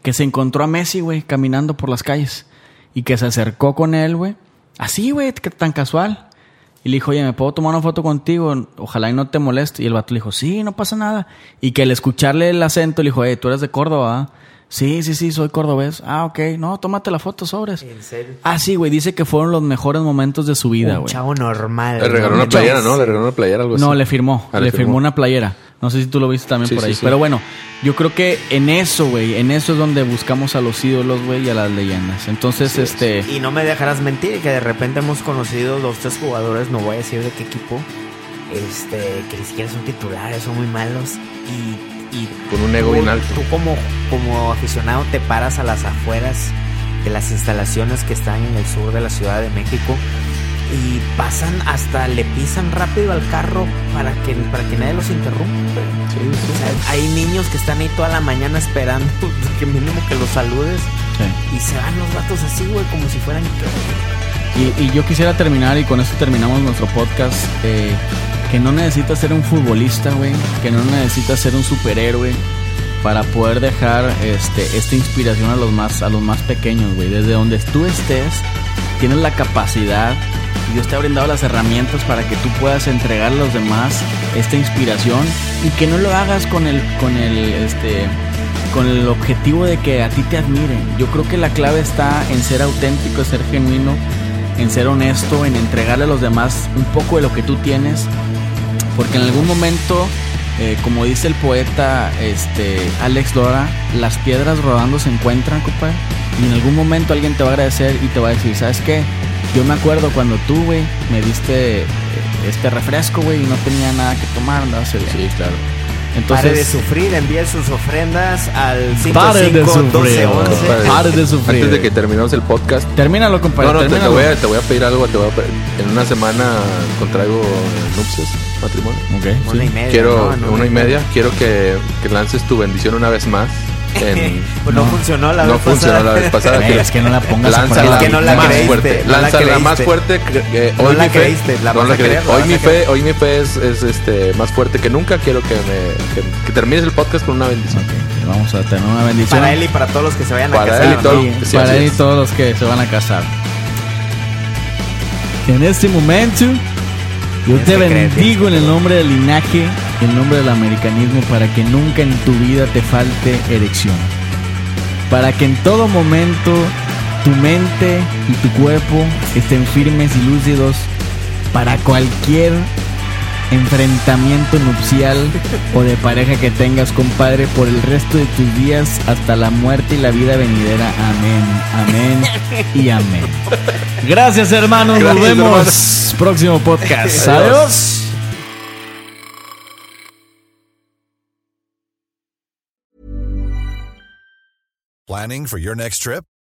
C: que se encontró a Messi güey caminando por las calles y que se acercó con él güey así güey que tan casual y le dijo, oye, ¿me puedo tomar una foto contigo? Ojalá y no te moleste. Y el vato le dijo, sí, no pasa nada. Y que al escucharle el acento, le dijo, hey, tú eres de Córdoba, ah? Sí, sí, sí, soy cordobés. Ah, ok. No, tómate la foto, sobres.
E: En serio.
C: Ah, sí, güey. Dice que fueron los mejores momentos de su vida,
E: un
C: güey.
E: chavo normal.
D: Le regaló
E: ¿no?
D: una playera, ¿no? Le regaló una playera, algo así.
C: No, le firmó.
D: Ah,
C: le firmó. una playera. No sé si tú lo viste también
D: Sí,
C: por
D: sí,
C: ahí.
D: sí.
C: Pero bueno, Yo creo que en eso, güey, en eso es donde buscamos a los ídolos, güey, y a las leyendas. Entonces, este...
E: Y no me dejarás mentir que de repente hemos conocido dos, tres jugadores, no voy a decir de qué equipo, este, que ni siquiera son titulares, son muy malos. Y, y
D: Con un ego
E: tú-
D: bien alto.
E: Tú como, como aficionado te paras a las afueras de las instalaciones que están en el sur de la Ciudad de México y pasan hasta, le pisan rápido al carro para que, para que nadie los interrumpa. O sea, hay niños que están ahí toda la mañana esperando (laughs) que mínimo que los saludes.
C: sí.
E: Y se van los vatos así, güey, como si fueran...
C: Y, y yo quisiera terminar, y con esto terminamos nuestro podcast, eh, que no necesitas ser un futbolista, güey, que no necesitas ser un superhéroe para poder dejar este, esta inspiración a los más, a los más pequeños, güey. Desde donde tú estés, tienes la capacidad, y Dios te ha brindado las herramientas para que tú puedas entregar a los demás esta inspiración y que no lo hagas con el, con el, este, con el objetivo de que a ti te admiren. Yo creo que la clave está en ser auténtico, en ser genuino, en ser honesto, en entregarle a los demás un poco de lo que tú tienes, porque en algún momento, eh, como dice el poeta este, Alex Lora, las piedras rodando se encuentran, compadre, y en algún momento alguien te va a agradecer y te va a decir, ¿sabes qué? Yo me acuerdo cuando tú, güey, me diste eh, este refresco, güey, y no tenía nada que tomar, andaba sediento".
D: Sí, claro.
C: Entonces,
E: Pare de sufrir, envíe sus ofrendas al
C: Pare de
E: 55 12
C: sufrir.
E: 11.
C: Compadre. Pares de sufrir.
D: Antes de que terminemos el podcast,
C: Termínalo, compadre.
D: no, no, te, te
C: termínalo.
D: voy a, te voy a pedir algo. Te voy a pe- en una semana contraigo nupcias, matrimonio.
C: Ok,
E: Una y
C: sí.
E: media.
D: quiero
E: Eh, no, no,
D: una y
E: no.
D: media. Quiero que, que lances tu bendición una vez más. En,
E: Pues no, funcionó (laughs) la
D: no
E: vez
D: funcionó
E: pasada.
D: la vez
E: (laughs)
D: pasada.
C: Güey, es que no la pongas a
D: Lánzala
E: Es
C: prueba.
E: que no la
D: más
E: creíste,
D: fuerte.
E: no la
D: Lánzala
E: creíste.
D: más fuerte. que- que
E: No
D: hoy
E: la
D: mi fe-
E: creíste, la
D: no
E: vas
D: la
E: a
D: creí.
E: creer, la
D: Hoy
E: vas
D: mi
E: a
D: fe, hoy mi fe es, es, este, más fuerte que nunca. Quiero que, me, que, que termines el podcast con una bendición.
C: Ok, Vamos a tener una bendición.
E: Para él y para todos los que se vayan
D: Para
E: a
D: él
E: casar.
D: y todo-
E: ¿no?
C: Y
D: Sí,
C: para
D: así
C: él y
D: es.
C: todos los que se van a casar. Que en este momento yo
E: Tienes
C: te
E: que creer, tienes
C: bendigo en el nombre del linaje, en el nombre del americanismo, para que nunca en tu vida te falte erección. Para que en todo momento tu mente y tu cuerpo estén firmes y lúcidos para cualquier enfrentamiento nupcial o de pareja que tengas, compadre, por el resto de tus días hasta la muerte y la vida venidera. Amén, amén y amén. Gracias, hermanos. Nos
D: Gracias,
C: vemos. Próximo podcast. Adiós.
F: Planning for your next trip?